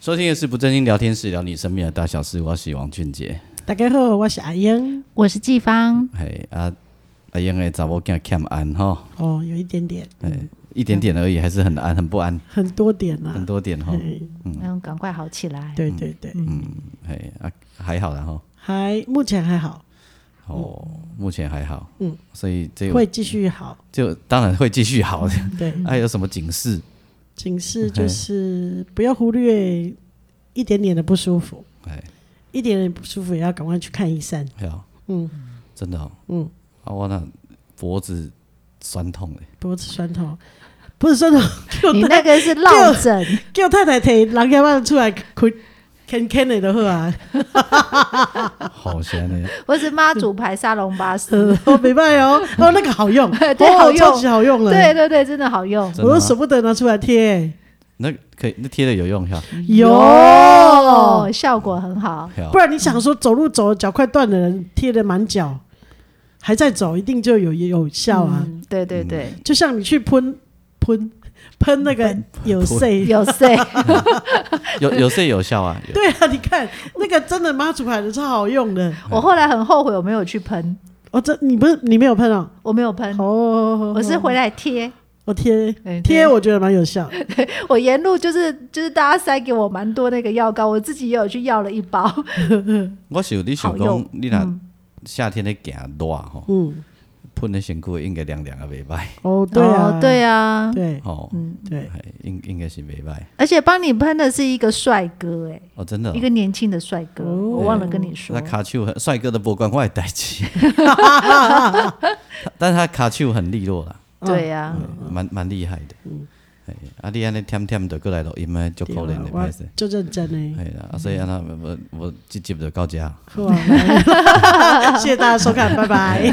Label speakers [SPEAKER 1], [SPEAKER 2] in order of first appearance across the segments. [SPEAKER 1] 收听的是不正经聊天室，聊你身边的大小事。我是王俊杰。
[SPEAKER 2] 大家好，我是阿英。
[SPEAKER 3] 我是季芳，
[SPEAKER 1] 嘿啊，阿英的查某囝欠安吼，
[SPEAKER 2] 哦，有一点点，
[SPEAKER 1] 一点点而已，还是很安，很不安，
[SPEAKER 2] 很多点啦、
[SPEAKER 1] 很多嗯点吼。
[SPEAKER 2] 嗯，
[SPEAKER 3] 嗯，赶快好起来。
[SPEAKER 2] 对对对，
[SPEAKER 1] 嘿啊，还好啦吼。
[SPEAKER 2] 还目前还好，
[SPEAKER 1] 哦，目前还好。
[SPEAKER 2] 嗯，
[SPEAKER 1] 所以这
[SPEAKER 2] 会嗯继续好。
[SPEAKER 1] 就当然会继续好的。
[SPEAKER 2] 对，
[SPEAKER 1] 还有什么警示？
[SPEAKER 2] 警示就是不要忽略一点点的不舒服，
[SPEAKER 1] 哎，
[SPEAKER 2] 一点点不舒服也要赶快去看医生。
[SPEAKER 1] 还有，
[SPEAKER 2] 嗯，
[SPEAKER 1] 真的哦。
[SPEAKER 2] 嗯，
[SPEAKER 1] 啊，我那脖子酸痛嘞。
[SPEAKER 2] 脖子酸痛，不是酸痛， 给我
[SPEAKER 3] 你
[SPEAKER 2] 太
[SPEAKER 3] 那个是落枕，
[SPEAKER 2] 给我太太提，人家万出来开啃啃的就好啊。
[SPEAKER 1] 好悬嘞！
[SPEAKER 3] 我是妈祖牌沙龙巴斯。
[SPEAKER 2] 嗯，我明白哦，哦，那个好 用，
[SPEAKER 3] 对
[SPEAKER 2] 哦
[SPEAKER 3] 好用
[SPEAKER 2] 超级好用了。
[SPEAKER 3] 对，对对，真的好用。
[SPEAKER 1] 真
[SPEAKER 2] 我
[SPEAKER 1] 的
[SPEAKER 2] 都
[SPEAKER 1] 吗
[SPEAKER 2] 舍不得拿出来贴。
[SPEAKER 1] 那可以，那贴的有用哈。
[SPEAKER 2] 有，
[SPEAKER 3] 哦，效果很好。
[SPEAKER 1] 还有
[SPEAKER 2] 不然你想说走路走得脚快断的人贴的满脚，还在走，一定就有有效啊。
[SPEAKER 3] 嗯，对对对，
[SPEAKER 2] 就像你去喷喷喷那个有谁？
[SPEAKER 3] 有 C，
[SPEAKER 1] 有有是有效啊。有
[SPEAKER 2] 对啊，你看那个真的妈祖牌的超好用的。
[SPEAKER 3] 我后来很后悔我没有去喷，
[SPEAKER 2] 哦，这你不是你没有喷哦？
[SPEAKER 3] 我没有喷，
[SPEAKER 2] 哦，
[SPEAKER 3] 我是回来贴。
[SPEAKER 2] 我贴
[SPEAKER 3] 对对
[SPEAKER 2] 贴，我觉得蛮有效。
[SPEAKER 3] 我沿路就是就是大家塞给我蛮多那个药膏，我自己也有去要了一包。
[SPEAKER 1] 我是有你想
[SPEAKER 3] 好
[SPEAKER 1] 讲
[SPEAKER 3] 用，嗯
[SPEAKER 1] 你若夏天咧行热吼，
[SPEAKER 2] 嗯，
[SPEAKER 1] 喷咧身躯应该凉凉啊，袂歹
[SPEAKER 2] 哦，对啊，
[SPEAKER 3] 哦对啊，
[SPEAKER 2] 对
[SPEAKER 1] 吼，
[SPEAKER 2] 对，
[SPEAKER 1] 嘿应应该是袂歹
[SPEAKER 3] 而且帮你喷的是一个帅哥、哎、
[SPEAKER 1] 哦，真的
[SPEAKER 3] 一。个年轻的帅哥，我忘了跟你说
[SPEAKER 1] 那。卡丘很帅哥的波关我也 代志，他但是他卡丘很利落啦，嗯
[SPEAKER 3] 对呀、啊，嗯
[SPEAKER 1] 蛮蛮厉害的。哎，啊，你安尼舔舔就过来录音诶，足可
[SPEAKER 2] 对啊
[SPEAKER 1] 怜的
[SPEAKER 2] 我
[SPEAKER 1] 歹势。
[SPEAKER 2] 就认真呢。
[SPEAKER 3] 嗯
[SPEAKER 1] 哎啦，啊所以安那我我直接就到遮，
[SPEAKER 2] 好啊， 谢谢大家收看，拜 拜。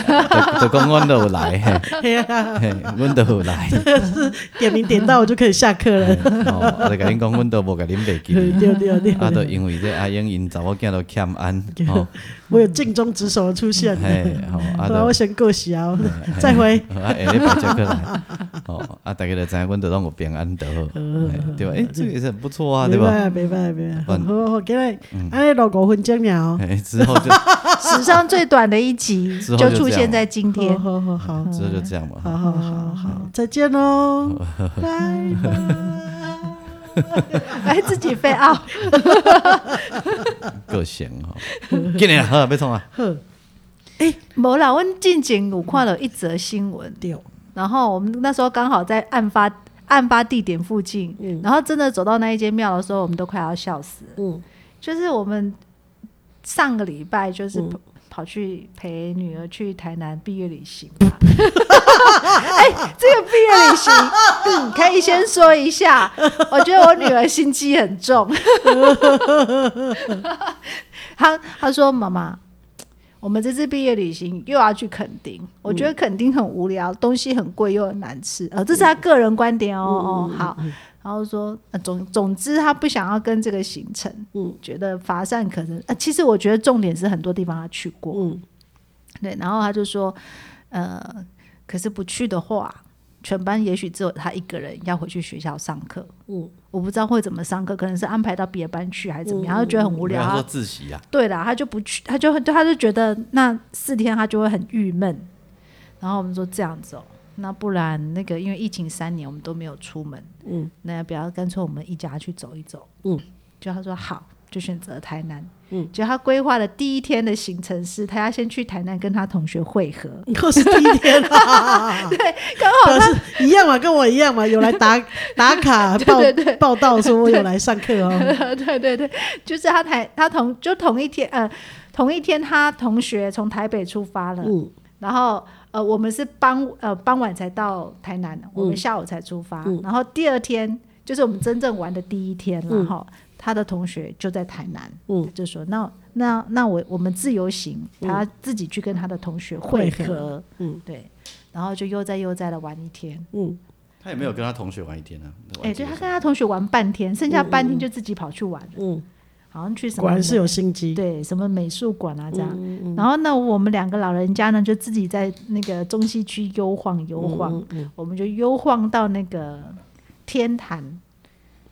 [SPEAKER 1] 就就讲阮都有来，嘿嘿阮都有 来。
[SPEAKER 2] 点名点到我就可以下课了。
[SPEAKER 1] 哦，我就甲恁讲，阮都无甲恁袂 记
[SPEAKER 2] 对
[SPEAKER 1] 哩。
[SPEAKER 2] 对对
[SPEAKER 1] 啊，就
[SPEAKER 2] 对，
[SPEAKER 1] 因为这阿英因查某囝都欠安，吼，
[SPEAKER 2] 我有尽忠职守的出现。
[SPEAKER 1] 嘿，吼，啊，
[SPEAKER 2] 好啊，我
[SPEAKER 1] 就
[SPEAKER 2] 先过时啊，再会。
[SPEAKER 1] 好啊，下礼拜再过来，吼，啊，大家就知影，阮就拢有平安就好，嘿对吧？诶，这个也是很不错啊，对
[SPEAKER 2] 没
[SPEAKER 1] 吧？
[SPEAKER 2] 办法，没办法，没办法。
[SPEAKER 1] 反
[SPEAKER 2] 好好，给你，安尼落五分钟了哦。
[SPEAKER 1] 嘿，之后就
[SPEAKER 3] 史上最短的一集
[SPEAKER 1] 之后就这样
[SPEAKER 3] 出现在今天
[SPEAKER 2] 好。好好好，
[SPEAKER 1] 之后就这样嘛。
[SPEAKER 2] 好好好好，再见喽，拜拜。
[SPEAKER 3] 哎，自己飞奥，
[SPEAKER 1] 个性吼，今年好，要 创啊，
[SPEAKER 3] 没啦，我近景我看了一则新闻，
[SPEAKER 2] 丢，
[SPEAKER 3] 然后我们那时候刚好在案发案发地点附近，然后真的走到那一间庙的时候，我们都快要笑死了。
[SPEAKER 2] 嗯
[SPEAKER 3] 就是我们上个礼拜就是
[SPEAKER 2] 嗯
[SPEAKER 3] 跑跑去陪女儿去台南毕业旅行嘛。哎、 这个毕业旅行，嗯，可以先说一下，我觉得我女儿心机很重。 她她说：“妈妈，我们这次毕业旅行又要去垦丁，我觉得垦丁很无聊，东西很贵又很难吃。呃，这是她个人观点哦。哦，好。然后说，呃、总总之，她不想要跟这个行程。
[SPEAKER 2] 嗯
[SPEAKER 3] 觉得乏善可陈。呃，其实我觉得重点是很多地方他去过，
[SPEAKER 2] 嗯，
[SPEAKER 3] 对。然后他就说，呃，可是不去的话，全班也许只有他一个人要回去学校上课。
[SPEAKER 2] 嗯，
[SPEAKER 3] 我不知道会怎么上课，可能是安排到别班去还是怎么样，他就觉得很无
[SPEAKER 1] 不
[SPEAKER 3] 聊。
[SPEAKER 1] 要说
[SPEAKER 3] 他
[SPEAKER 1] 自习啊，
[SPEAKER 3] 对啦，他就不去，他就他就觉得那四天他就会很郁闷。然后我们说这样子哦，那不然那个因为疫情三年我们都没有出门，
[SPEAKER 2] 嗯，
[SPEAKER 3] 那要不要干脆我们一家去走一走？
[SPEAKER 2] 嗯，
[SPEAKER 3] 就他说好，就选择台南。
[SPEAKER 2] 嗯，
[SPEAKER 3] 就他规划的第一天的行程是，他要先去台南跟他同学会合，
[SPEAKER 2] 又是第一天啦。
[SPEAKER 3] 刚好
[SPEAKER 2] 但是一样嘛，跟我一样嘛，有来打打卡报报道说我有来上课哦。
[SPEAKER 3] 他 对对对，就是他台他同就同一天呃同一天他同学从台北出发了，
[SPEAKER 2] 嗯
[SPEAKER 3] 然后呃，
[SPEAKER 2] 嗯
[SPEAKER 3] 我们是傍呃傍晚才到台南，我们下午才出发。然后第二天就是我们真正玩的第一天了哈、他的同学就在台南，
[SPEAKER 2] 嗯
[SPEAKER 3] 就说那那那我我们自由行，他自己去跟他的同学会
[SPEAKER 2] 会
[SPEAKER 3] 合，
[SPEAKER 2] 嗯
[SPEAKER 3] 对，然后就悠哉悠哉的玩一天。
[SPEAKER 2] 嗯，
[SPEAKER 1] 他也没有跟他同学玩一天啊。
[SPEAKER 3] 哎、对他跟他同学玩半天，剩
[SPEAKER 2] 嗯
[SPEAKER 3] 下半天就自己跑去玩了。嗯，好像去什么
[SPEAKER 2] 果然是有心机。
[SPEAKER 3] 对什么美术馆啊这样。
[SPEAKER 2] 嗯
[SPEAKER 3] 然后呢，我们两个老人家呢，就自己在那个中西区悠晃悠晃，
[SPEAKER 2] 嗯
[SPEAKER 3] 我们就悠晃到那个天坛，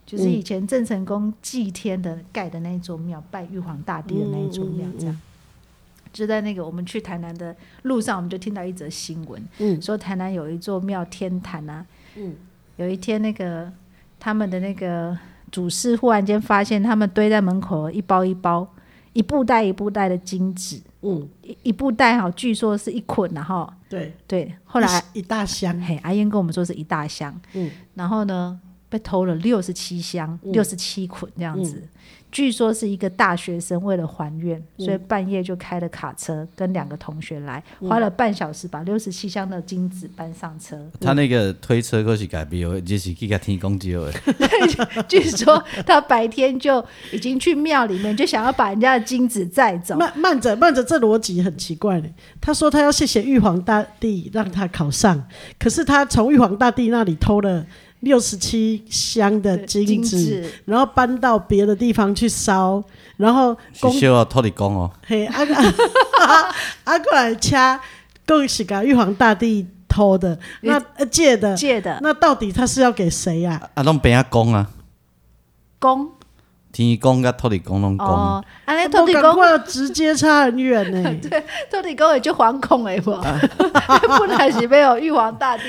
[SPEAKER 3] 就是以前郑成功祭天的盖的那一座庙，拜玉皇大帝的那一座庙这样。就在那个我们去台南的路上，我们就听到一则新闻，说台南有一座庙天坛啊，有一天那个他们的那个主事忽然间发现，他们堆在门口一包一包、一布袋一布袋的金纸，
[SPEAKER 2] 嗯，
[SPEAKER 3] 一一布袋哈，据说是一捆然后
[SPEAKER 2] 对。
[SPEAKER 3] 对，后来
[SPEAKER 2] 一一大箱，
[SPEAKER 3] 嘿阿燕跟我们说是一大箱，
[SPEAKER 2] 嗯，
[SPEAKER 3] 然后呢被偷了六十七箱、六十七捆这样
[SPEAKER 2] 嗯
[SPEAKER 3] 子。据说是一个大学生为了还愿，所以半夜就开了卡车跟两个同学来，
[SPEAKER 2] 嗯
[SPEAKER 3] 花了半小时把六十七箱的金子搬上车。
[SPEAKER 1] 他那个推车可是改不了，就是去给天公救的。
[SPEAKER 3] 据说他白天就已经去庙里面，就想要把人家的金子载走。
[SPEAKER 2] 慢慢着慢着，这逻辑很奇怪呢。他说他要谢谢玉皇大帝让他考上，可是他从玉皇大帝那里偷了六十七箱的金
[SPEAKER 3] 金
[SPEAKER 2] 子，
[SPEAKER 3] 子
[SPEAKER 2] 然后搬到别的地方去烧，然后
[SPEAKER 1] 是
[SPEAKER 2] 公
[SPEAKER 1] 小啊，托你讲哦，
[SPEAKER 2] 嘿啊 啊啊过来掐，更是给玉皇大帝偷的，那呃借的，
[SPEAKER 3] 借的
[SPEAKER 2] 那到底他是要给谁呀、
[SPEAKER 1] 啊啊，拢边啊讲啊，
[SPEAKER 3] 公
[SPEAKER 1] 天公甲托你
[SPEAKER 2] 嗯
[SPEAKER 1] 公拢讲。
[SPEAKER 3] 哦，安尼
[SPEAKER 2] 都
[SPEAKER 3] 土地
[SPEAKER 2] 赶
[SPEAKER 3] 公，
[SPEAKER 2] 快直接差很远呢、
[SPEAKER 3] 土地公也就惶恐诶，无，
[SPEAKER 2] 啊
[SPEAKER 3] 本来是没有玉皇大帝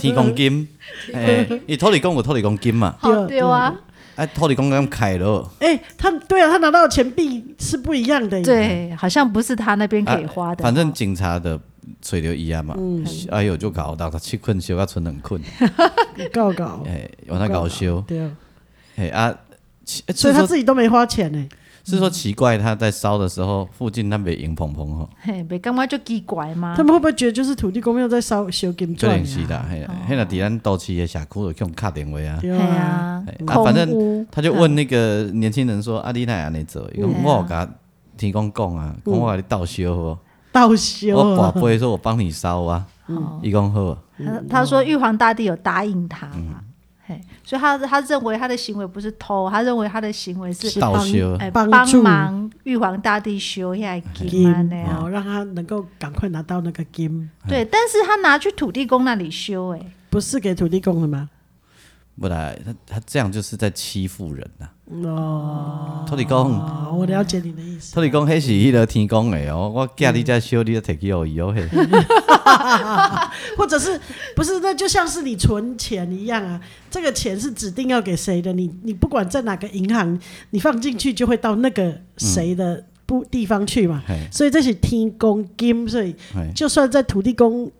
[SPEAKER 1] 天 公金，哎，伊托你公有托你公金嘛，
[SPEAKER 3] 好对啊，
[SPEAKER 1] 啊，托你公咁开咯，
[SPEAKER 2] 哎、他对啊，他拿到的钱币是不一样的耶。
[SPEAKER 3] 对，好像不是他那边可以花
[SPEAKER 2] 啊
[SPEAKER 3] 的，嗯
[SPEAKER 1] 啊反正警察的找着伊啊嘛，哎呦就搞到他七捆烧到剩两捆，
[SPEAKER 2] 告告，
[SPEAKER 1] 哎，往那搞烧，
[SPEAKER 2] 对啊，
[SPEAKER 1] 哎啊，其哎
[SPEAKER 2] 所
[SPEAKER 1] 是
[SPEAKER 2] 以他
[SPEAKER 1] 说
[SPEAKER 2] 自己都没花钱呢、
[SPEAKER 1] 是说奇怪，他在烧的时候附近那边迎蓬哦蓬吼，
[SPEAKER 3] 嘿，没感觉就奇怪嘛
[SPEAKER 2] 他。们会不会觉得就是土地公庙在烧修
[SPEAKER 3] 啊
[SPEAKER 2] 金
[SPEAKER 1] 最
[SPEAKER 2] 砖、啊
[SPEAKER 1] 定是啦，
[SPEAKER 3] 哦
[SPEAKER 1] 嘿，嘿那伫咱都市的社区就向敲电话啊。
[SPEAKER 2] 对
[SPEAKER 3] 对
[SPEAKER 2] 啊，
[SPEAKER 3] 啊
[SPEAKER 1] 哎，啊，
[SPEAKER 3] 空
[SPEAKER 1] 反正
[SPEAKER 3] 屋
[SPEAKER 1] 他就问那个年轻人说：“啊，你哪安尼做？”伊
[SPEAKER 3] 嗯
[SPEAKER 1] 讲：“我有甲天公讲啊，讲我甲你倒烧好
[SPEAKER 2] 倒
[SPEAKER 1] 不
[SPEAKER 2] 修
[SPEAKER 1] 好，哦我
[SPEAKER 2] 啊
[SPEAKER 1] 跋，杯说我帮你烧啊。”
[SPEAKER 3] 嗯
[SPEAKER 1] 伊讲好啊，
[SPEAKER 3] 他他说玉皇大帝有答应他
[SPEAKER 2] 嗯
[SPEAKER 3] 嘛，嘿，所以他他认为他的行为不是偷，他认为他的行为是
[SPEAKER 2] 是
[SPEAKER 1] 倒修
[SPEAKER 3] 哎，
[SPEAKER 2] 帮
[SPEAKER 3] 帮
[SPEAKER 2] 助
[SPEAKER 3] 忙玉皇大帝修下金
[SPEAKER 2] 金
[SPEAKER 3] 啊那样。
[SPEAKER 2] 哦，让他能够赶快拿到那个金，
[SPEAKER 3] 对，但是他拿去土地公那里修、哎，
[SPEAKER 2] 不是给土地公的吗？
[SPEAKER 1] 不然他他这样就是在欺负人呐、
[SPEAKER 2] 哦，
[SPEAKER 1] 啊。托你讲，
[SPEAKER 2] 哦，我了解你的意思。
[SPEAKER 1] 托你讲，迄是迄个天公的哦，我寄你遮烧，你就摕去互伊哦嘿。
[SPEAKER 2] 或者是不是？那就像是你存钱一样啊，这个钱是指定要给谁的，你你不管在哪个银行，你放进去就会到那个谁的不地方去嘛。
[SPEAKER 1] 嘿
[SPEAKER 2] 所以这是天公金，所以
[SPEAKER 1] 嘿
[SPEAKER 2] 就算在土地公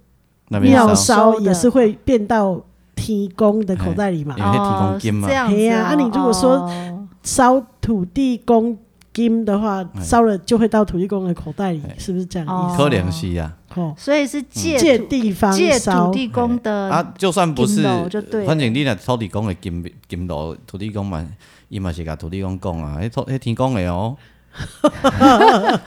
[SPEAKER 1] 那边
[SPEAKER 2] 庙
[SPEAKER 1] 烧，
[SPEAKER 2] 烧
[SPEAKER 3] 烧的
[SPEAKER 2] 也是会变到天公的口袋里嘛
[SPEAKER 1] 嘿。有那提供金嘛
[SPEAKER 3] 哦是这样子、
[SPEAKER 2] 嘿呀啊你如果说
[SPEAKER 3] 哦
[SPEAKER 2] 烧土地公金的话，
[SPEAKER 1] 哎
[SPEAKER 2] 烧了就会到土地公的口袋里，
[SPEAKER 1] 哎
[SPEAKER 2] 是不是这样的意思？
[SPEAKER 1] 可能是啊，
[SPEAKER 2] 哦，
[SPEAKER 3] 所以是借
[SPEAKER 2] 借
[SPEAKER 3] 土
[SPEAKER 2] 地方
[SPEAKER 3] 借
[SPEAKER 2] 烧
[SPEAKER 3] 土，地公的、
[SPEAKER 1] 啊，就算不是
[SPEAKER 3] 金楼就对，了
[SPEAKER 1] 反正你若土地公的金金楼，土地公嘛，伊嘛是甲土地公讲啊，迄土迄天公 的哦。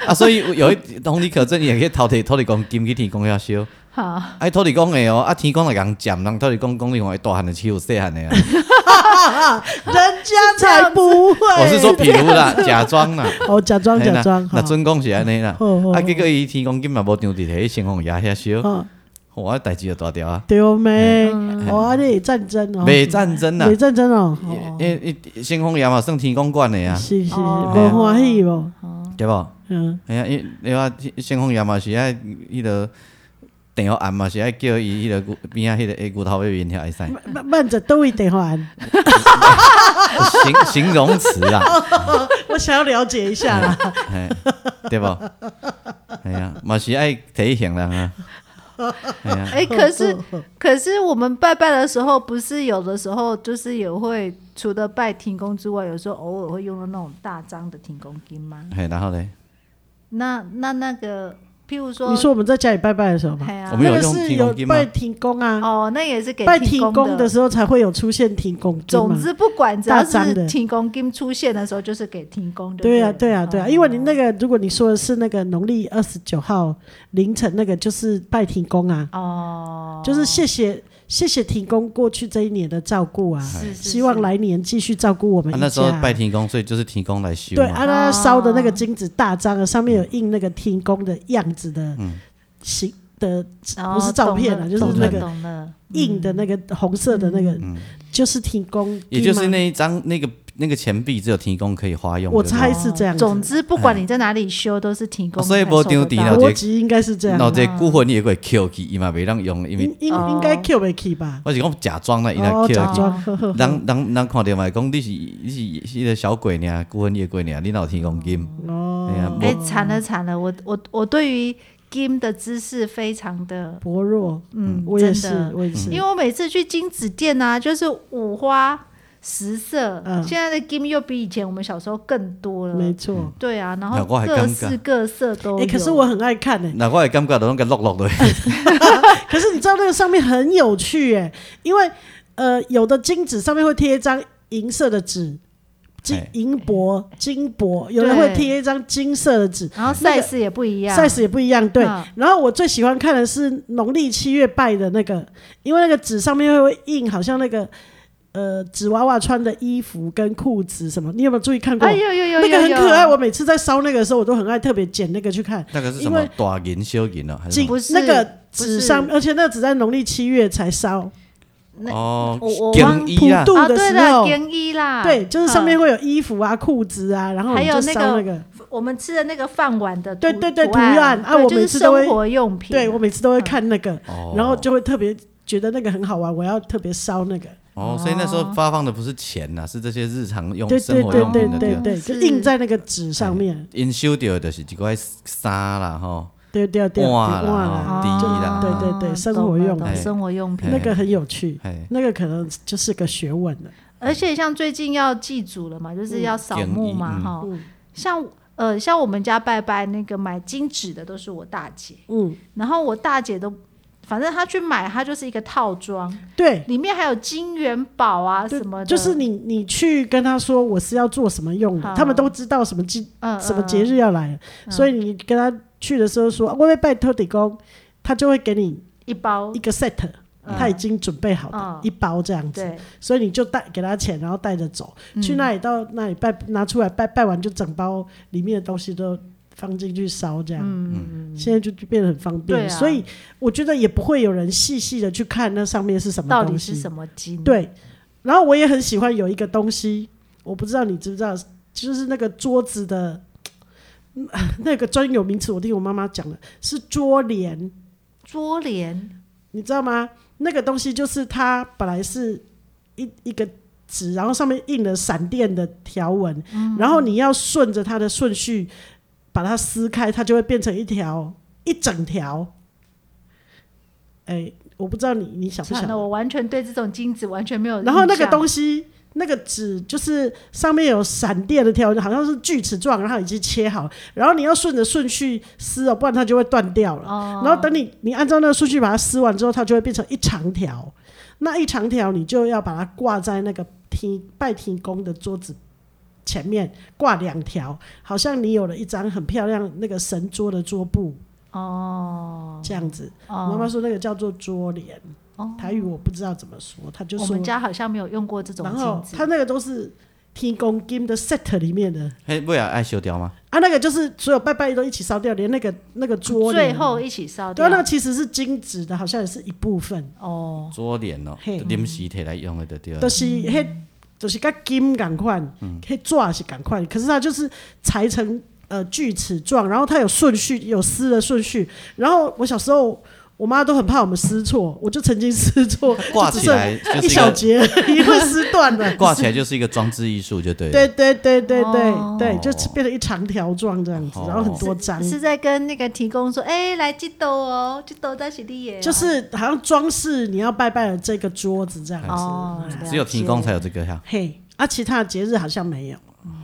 [SPEAKER 1] 啊，所以有一同理可证，也可以偷摕土地公金去天公遐烧。
[SPEAKER 3] 好，
[SPEAKER 1] 啊，土地公的哦，啊，天公来给人占，人土地公讲你看大汉的欺负细汉的 啊。
[SPEAKER 2] 人家才不会。
[SPEAKER 1] 我是说，比如啦，假装啦，
[SPEAKER 2] 哦，假装
[SPEAKER 1] 嘿啦
[SPEAKER 2] 假装，
[SPEAKER 1] 那
[SPEAKER 2] 哈。
[SPEAKER 1] 准讲是安尼啦。
[SPEAKER 2] 好好
[SPEAKER 1] 啊，
[SPEAKER 2] 好
[SPEAKER 1] 结果伊天公金嘛无张伫摕去先皇爷遐烧，
[SPEAKER 2] 哦，
[SPEAKER 1] 我代志就大条啊，
[SPEAKER 2] 对咩？哦，啊，你战争哦，
[SPEAKER 1] 未哎战争啊哎啦
[SPEAKER 2] 未。战争哦，
[SPEAKER 1] 因因先皇爷嘛算天公管的啊，
[SPEAKER 2] 是是，
[SPEAKER 3] 哦
[SPEAKER 2] 无欢喜无，
[SPEAKER 1] 对无？
[SPEAKER 2] 嗯，
[SPEAKER 1] 哎呀，伊你话先锋爷嘛是爱迄个电话按嘛是爱叫伊迄个骨边啊迄个诶骨头尾面遐会使，
[SPEAKER 2] 慢慢着都会得还，
[SPEAKER 1] 形形容词啦，
[SPEAKER 2] 我想要了解一下 啦。
[SPEAKER 1] 嘿对无？哎呀，嘛是爱提醒人啊，哎呀，
[SPEAKER 3] 哎、可 是可是我们拜拜的时候，不是有的时候就是也会除了拜停工之外，有时候偶尔会用到那种大张的停工金吗？
[SPEAKER 1] 嘿，然后咧，
[SPEAKER 3] 那那那个，譬如说，
[SPEAKER 2] 你说我们在家里拜拜的时候嘛，
[SPEAKER 3] 哎呀、啊
[SPEAKER 1] 我，们
[SPEAKER 2] 那
[SPEAKER 1] 有
[SPEAKER 2] 个
[SPEAKER 1] 用
[SPEAKER 2] 是
[SPEAKER 1] 提
[SPEAKER 2] 有
[SPEAKER 1] 供金吗
[SPEAKER 2] 拜？停工啊，
[SPEAKER 3] 哦，那也是给
[SPEAKER 2] 拜
[SPEAKER 3] 提
[SPEAKER 2] 停工的时候才会有出现停工金嘛
[SPEAKER 3] 总之，不管只要
[SPEAKER 2] 大张
[SPEAKER 3] 是
[SPEAKER 2] 的
[SPEAKER 3] 停工金出现的时候，就是给停工的。
[SPEAKER 2] 对
[SPEAKER 3] 呀、
[SPEAKER 2] 啊，对啊，对啊，
[SPEAKER 3] 哦
[SPEAKER 2] 因为你那个，如果你说的是那个农历二十九号凌晨那个，就是拜停工啊，
[SPEAKER 3] 哦，
[SPEAKER 2] 就是谢谢谢谢停工过去这一年的照顾啊，
[SPEAKER 3] 是是
[SPEAKER 2] 希望
[SPEAKER 3] 是
[SPEAKER 2] 来年继续照顾我们
[SPEAKER 1] 啊，
[SPEAKER 2] 一
[SPEAKER 1] 那时候
[SPEAKER 2] 家。
[SPEAKER 1] 拜天公，所以就是天公来修
[SPEAKER 2] 对
[SPEAKER 1] 嘛。
[SPEAKER 2] 啊，那烧的那个金纸大张啊，上面有印那个停工的样子的
[SPEAKER 1] 嗯
[SPEAKER 2] 形的
[SPEAKER 3] 哦
[SPEAKER 2] 不是照片啊
[SPEAKER 3] 懂了
[SPEAKER 2] 就是
[SPEAKER 3] 懂
[SPEAKER 1] 那
[SPEAKER 3] 了
[SPEAKER 2] 个
[SPEAKER 3] 懂了
[SPEAKER 2] 印的那个红色的那个，就是停工，
[SPEAKER 1] 嗯也就是
[SPEAKER 2] 金吗
[SPEAKER 1] 那一张那个那个钱币，只有天公可以花用。
[SPEAKER 2] 我
[SPEAKER 1] 对不对
[SPEAKER 2] 猜是这样子
[SPEAKER 3] 哦总之，不管你在哪里修，都是提供。
[SPEAKER 1] 哎啊所以
[SPEAKER 3] 不
[SPEAKER 1] 没丢底了
[SPEAKER 2] 逻辑应该是这样
[SPEAKER 1] 然后
[SPEAKER 2] 啊，
[SPEAKER 1] 这孤魂也会 Q 去，伊嘛袂当用，因为
[SPEAKER 2] 应应
[SPEAKER 3] 哦嗯
[SPEAKER 2] 应该 Q 没 Q 吧？
[SPEAKER 1] 我是讲假装啦，伊来
[SPEAKER 2] 哦，
[SPEAKER 1] Q
[SPEAKER 2] 假
[SPEAKER 1] 去。
[SPEAKER 2] 装，呵呵呵
[SPEAKER 1] 人人人看到嘛，讲你是你是迄个小鬼呢，孤魂野鬼呢，你哪有天公金？哎呀
[SPEAKER 2] 哦，
[SPEAKER 3] 哎，惨了惨了，我我我对于 game 的知识非常的，
[SPEAKER 2] 薄弱，
[SPEAKER 3] 嗯，
[SPEAKER 2] 我也
[SPEAKER 3] 真的
[SPEAKER 2] 是，我也是，
[SPEAKER 3] 因为我每次去金子店啊，就是五花十色，
[SPEAKER 2] 嗯
[SPEAKER 3] 现在的 game 又比以前我们小时候更多
[SPEAKER 2] 没
[SPEAKER 3] 了。
[SPEAKER 1] 嗯
[SPEAKER 2] 错。
[SPEAKER 3] 对啊，然
[SPEAKER 1] 那
[SPEAKER 3] 后
[SPEAKER 1] 我还
[SPEAKER 3] 各
[SPEAKER 1] 尴尬
[SPEAKER 3] 式各色都有。
[SPEAKER 2] 哎，可是我很爱看呢。
[SPEAKER 1] 那我会感觉都拢甲落落落去。
[SPEAKER 2] 可是你知道那个上面很有趣哎，因为呃，有的金纸上面会贴一张银色的纸，金
[SPEAKER 1] 哎
[SPEAKER 2] 银箔、金箔，有人会
[SPEAKER 3] 对
[SPEAKER 2] 贴一张金色的纸
[SPEAKER 3] 然后
[SPEAKER 2] 那个
[SPEAKER 3] size 也不一样
[SPEAKER 2] ，size 也不一样。对
[SPEAKER 3] 嗯，
[SPEAKER 2] 然后我最喜欢看的是农历七月拜的那个，因为那个纸上面会印好像那个呃纸娃娃穿的衣服跟裤子什么，你有没有注意看过
[SPEAKER 3] 哎？呦呦呦，
[SPEAKER 2] 那个很
[SPEAKER 3] 有
[SPEAKER 2] 可爱，我每次在烧那个的时候，我都很爱特别捡那个去看。
[SPEAKER 1] 那个是什
[SPEAKER 2] 因
[SPEAKER 1] 么
[SPEAKER 2] 为？
[SPEAKER 1] 大银小银哦，还是什
[SPEAKER 2] 金
[SPEAKER 1] 么？
[SPEAKER 3] 不是
[SPEAKER 2] 那个
[SPEAKER 3] 不是
[SPEAKER 2] 纸上，而且那个纸在农历七月才烧，
[SPEAKER 3] 那
[SPEAKER 1] 哦
[SPEAKER 3] 我我，忘
[SPEAKER 1] 金衣
[SPEAKER 2] 普
[SPEAKER 1] 啦，
[SPEAKER 2] 渡
[SPEAKER 3] 啊，
[SPEAKER 2] 的
[SPEAKER 3] 对
[SPEAKER 2] 时
[SPEAKER 3] 了，
[SPEAKER 2] 候，
[SPEAKER 3] 更衣啦，
[SPEAKER 2] 对，就是上面
[SPEAKER 3] 嗯
[SPEAKER 2] 会有衣服啊、裤子啊，然后
[SPEAKER 3] 还
[SPEAKER 2] 你
[SPEAKER 3] 有
[SPEAKER 2] 就
[SPEAKER 3] 那
[SPEAKER 2] 烧
[SPEAKER 3] 个啊
[SPEAKER 2] 那个。
[SPEAKER 3] 我们吃的那个饭碗的图
[SPEAKER 2] 对对对
[SPEAKER 3] 图案
[SPEAKER 2] 图案啊
[SPEAKER 3] 对
[SPEAKER 2] 我
[SPEAKER 3] 就
[SPEAKER 2] 每
[SPEAKER 3] 是
[SPEAKER 2] 次都会
[SPEAKER 3] 生活用品，
[SPEAKER 2] 对我每次都会看那个，
[SPEAKER 1] 哦
[SPEAKER 2] 然后就会特别觉得那个很好玩，我要特别烧那个。
[SPEAKER 1] 哦，所以那时候发放的不是钱呐，是这些日常用
[SPEAKER 2] 对
[SPEAKER 1] 生
[SPEAKER 2] 对
[SPEAKER 1] 活
[SPEAKER 2] 对
[SPEAKER 1] 用
[SPEAKER 2] 对
[SPEAKER 1] 品的
[SPEAKER 2] 对
[SPEAKER 1] 对。
[SPEAKER 2] 对，就
[SPEAKER 3] 是
[SPEAKER 2] 印在那个纸上面。
[SPEAKER 1] 因收到的就是一块衫啦吼，
[SPEAKER 2] 对对对，
[SPEAKER 1] 碗啦
[SPEAKER 2] 忘了，
[SPEAKER 1] 哦第一啦
[SPEAKER 2] 对对对
[SPEAKER 3] 懂了
[SPEAKER 2] 生活用
[SPEAKER 3] 嗯懂
[SPEAKER 1] 品
[SPEAKER 3] 生活用品。
[SPEAKER 2] 那个很有趣，
[SPEAKER 1] 嘿，
[SPEAKER 2] 那个可能就是个学问啊了。
[SPEAKER 3] 而且像最近要祭祖了嘛，就是要扫墓嘛，
[SPEAKER 1] 嗯
[SPEAKER 3] 哈、
[SPEAKER 2] 嗯
[SPEAKER 3] 像呃像我们家拜拜那个买金纸的都是我大姐，
[SPEAKER 2] 嗯，
[SPEAKER 3] 然后我大姐都。反正她去买，她就是一个套装，
[SPEAKER 2] 对。
[SPEAKER 3] 里面还有金元宝啊
[SPEAKER 2] 对
[SPEAKER 3] 什么的，
[SPEAKER 2] 就是你，你去跟他说我是要做什么用的
[SPEAKER 3] 好，
[SPEAKER 2] 他们都知道什么节
[SPEAKER 3] 嗯
[SPEAKER 2] 什么节日要来了，所以你跟他去的时候说，啊我会拜托地公，他就会给你
[SPEAKER 3] 一包
[SPEAKER 2] 一，个 set，
[SPEAKER 3] 嗯
[SPEAKER 2] 他已经准备好
[SPEAKER 3] 嗯
[SPEAKER 2] 的一包这样子，
[SPEAKER 3] 对，
[SPEAKER 2] 所以你就带给他钱，然后带着走
[SPEAKER 3] 嗯
[SPEAKER 2] 去那里，到那里拜拿出来拜拜完就整包里面的东西都放进去烧这样。
[SPEAKER 3] 嗯，
[SPEAKER 2] 现在就就变得很方便，
[SPEAKER 3] 对啊
[SPEAKER 2] 所以我觉得也不会有人细细的去看那上面是什么
[SPEAKER 3] 到底
[SPEAKER 2] 东
[SPEAKER 3] 是
[SPEAKER 2] 西。
[SPEAKER 3] 什么金？，
[SPEAKER 2] 对，然后我也很喜欢有一个东西，我不知道你知不知道，就是那个桌子的嗯那个专有名词，我听我妈妈讲的是桌帘。
[SPEAKER 3] 桌帘，
[SPEAKER 2] 你知道吗？那个东西就是它本来是一一个纸，然后上面印了闪电的条纹，然后你要顺着它的顺序把它撕开，它就会变成一条一整条。哎、我不知道你你想不
[SPEAKER 3] 惨哦
[SPEAKER 2] 想
[SPEAKER 3] 了，？我完全对这种金子完全没有印
[SPEAKER 2] 然
[SPEAKER 3] 象。
[SPEAKER 2] 后那个东西，那个纸就是上面有闪电的条，好像是锯齿状，然后已经切好，然后你要顺着顺序撕哦，不然它就会断掉了。
[SPEAKER 3] 哦
[SPEAKER 2] 然后等你你按照那个顺序把它撕完之后，它就会变成一长条。那一长条你就要把它挂在那个天拜天公的桌子前面挂两条，好像你有了一张很漂亮那个神桌的桌布
[SPEAKER 3] 哦，
[SPEAKER 2] 这样子。
[SPEAKER 3] 哦
[SPEAKER 2] 妈妈说那个叫做桌帘，
[SPEAKER 3] 哦
[SPEAKER 2] 台语我不知道怎么说，她就
[SPEAKER 3] 我
[SPEAKER 2] 说
[SPEAKER 3] 们家好像没有用过这种
[SPEAKER 2] 然
[SPEAKER 3] 镜
[SPEAKER 2] 后
[SPEAKER 3] 子，
[SPEAKER 2] 它那个都是天公金的 set 里面的
[SPEAKER 1] 嘿，尾啊爱烧掉吗？
[SPEAKER 2] 啊，那个就是所有拜拜都一起烧掉，连那个那个桌
[SPEAKER 3] 最
[SPEAKER 2] 帘
[SPEAKER 3] 后一起烧
[SPEAKER 2] 对啊，
[SPEAKER 3] 掉。
[SPEAKER 2] 那个其实是金纸的，好像也是一部分，
[SPEAKER 3] 哦，
[SPEAKER 1] 左脸哦，
[SPEAKER 2] 嘿
[SPEAKER 1] 临时摕来用的就对嗯了
[SPEAKER 2] 都、。是迄就是跟金赶快，迄纸也是赶快，可是它就是裁成呃锯齿状，然后它有顺序，有撕的顺序。然后我小时候。我妈都很怕我们撕错，我就曾经撕错，
[SPEAKER 1] 挂
[SPEAKER 2] 就只
[SPEAKER 1] 起来
[SPEAKER 2] 剩
[SPEAKER 1] 就
[SPEAKER 2] 一
[SPEAKER 1] 是一
[SPEAKER 2] 小
[SPEAKER 1] 个
[SPEAKER 2] 节，因为撕断了。
[SPEAKER 1] 挂起来就是一个装置艺术，就对了。
[SPEAKER 2] 对对对对对、
[SPEAKER 3] 哦
[SPEAKER 2] 对，就变成一长条状这样子，
[SPEAKER 1] 哦
[SPEAKER 2] 然后很多张，
[SPEAKER 3] 是在跟那个提供说，哎、来记豆哦，记豆在洗地耶，
[SPEAKER 2] 就是好像装饰你要拜拜的这个桌子这样子。哎
[SPEAKER 3] 哦，了解
[SPEAKER 1] 啊只有提供才有这个哈。
[SPEAKER 2] 嘿，啊，其他的节日好像没有。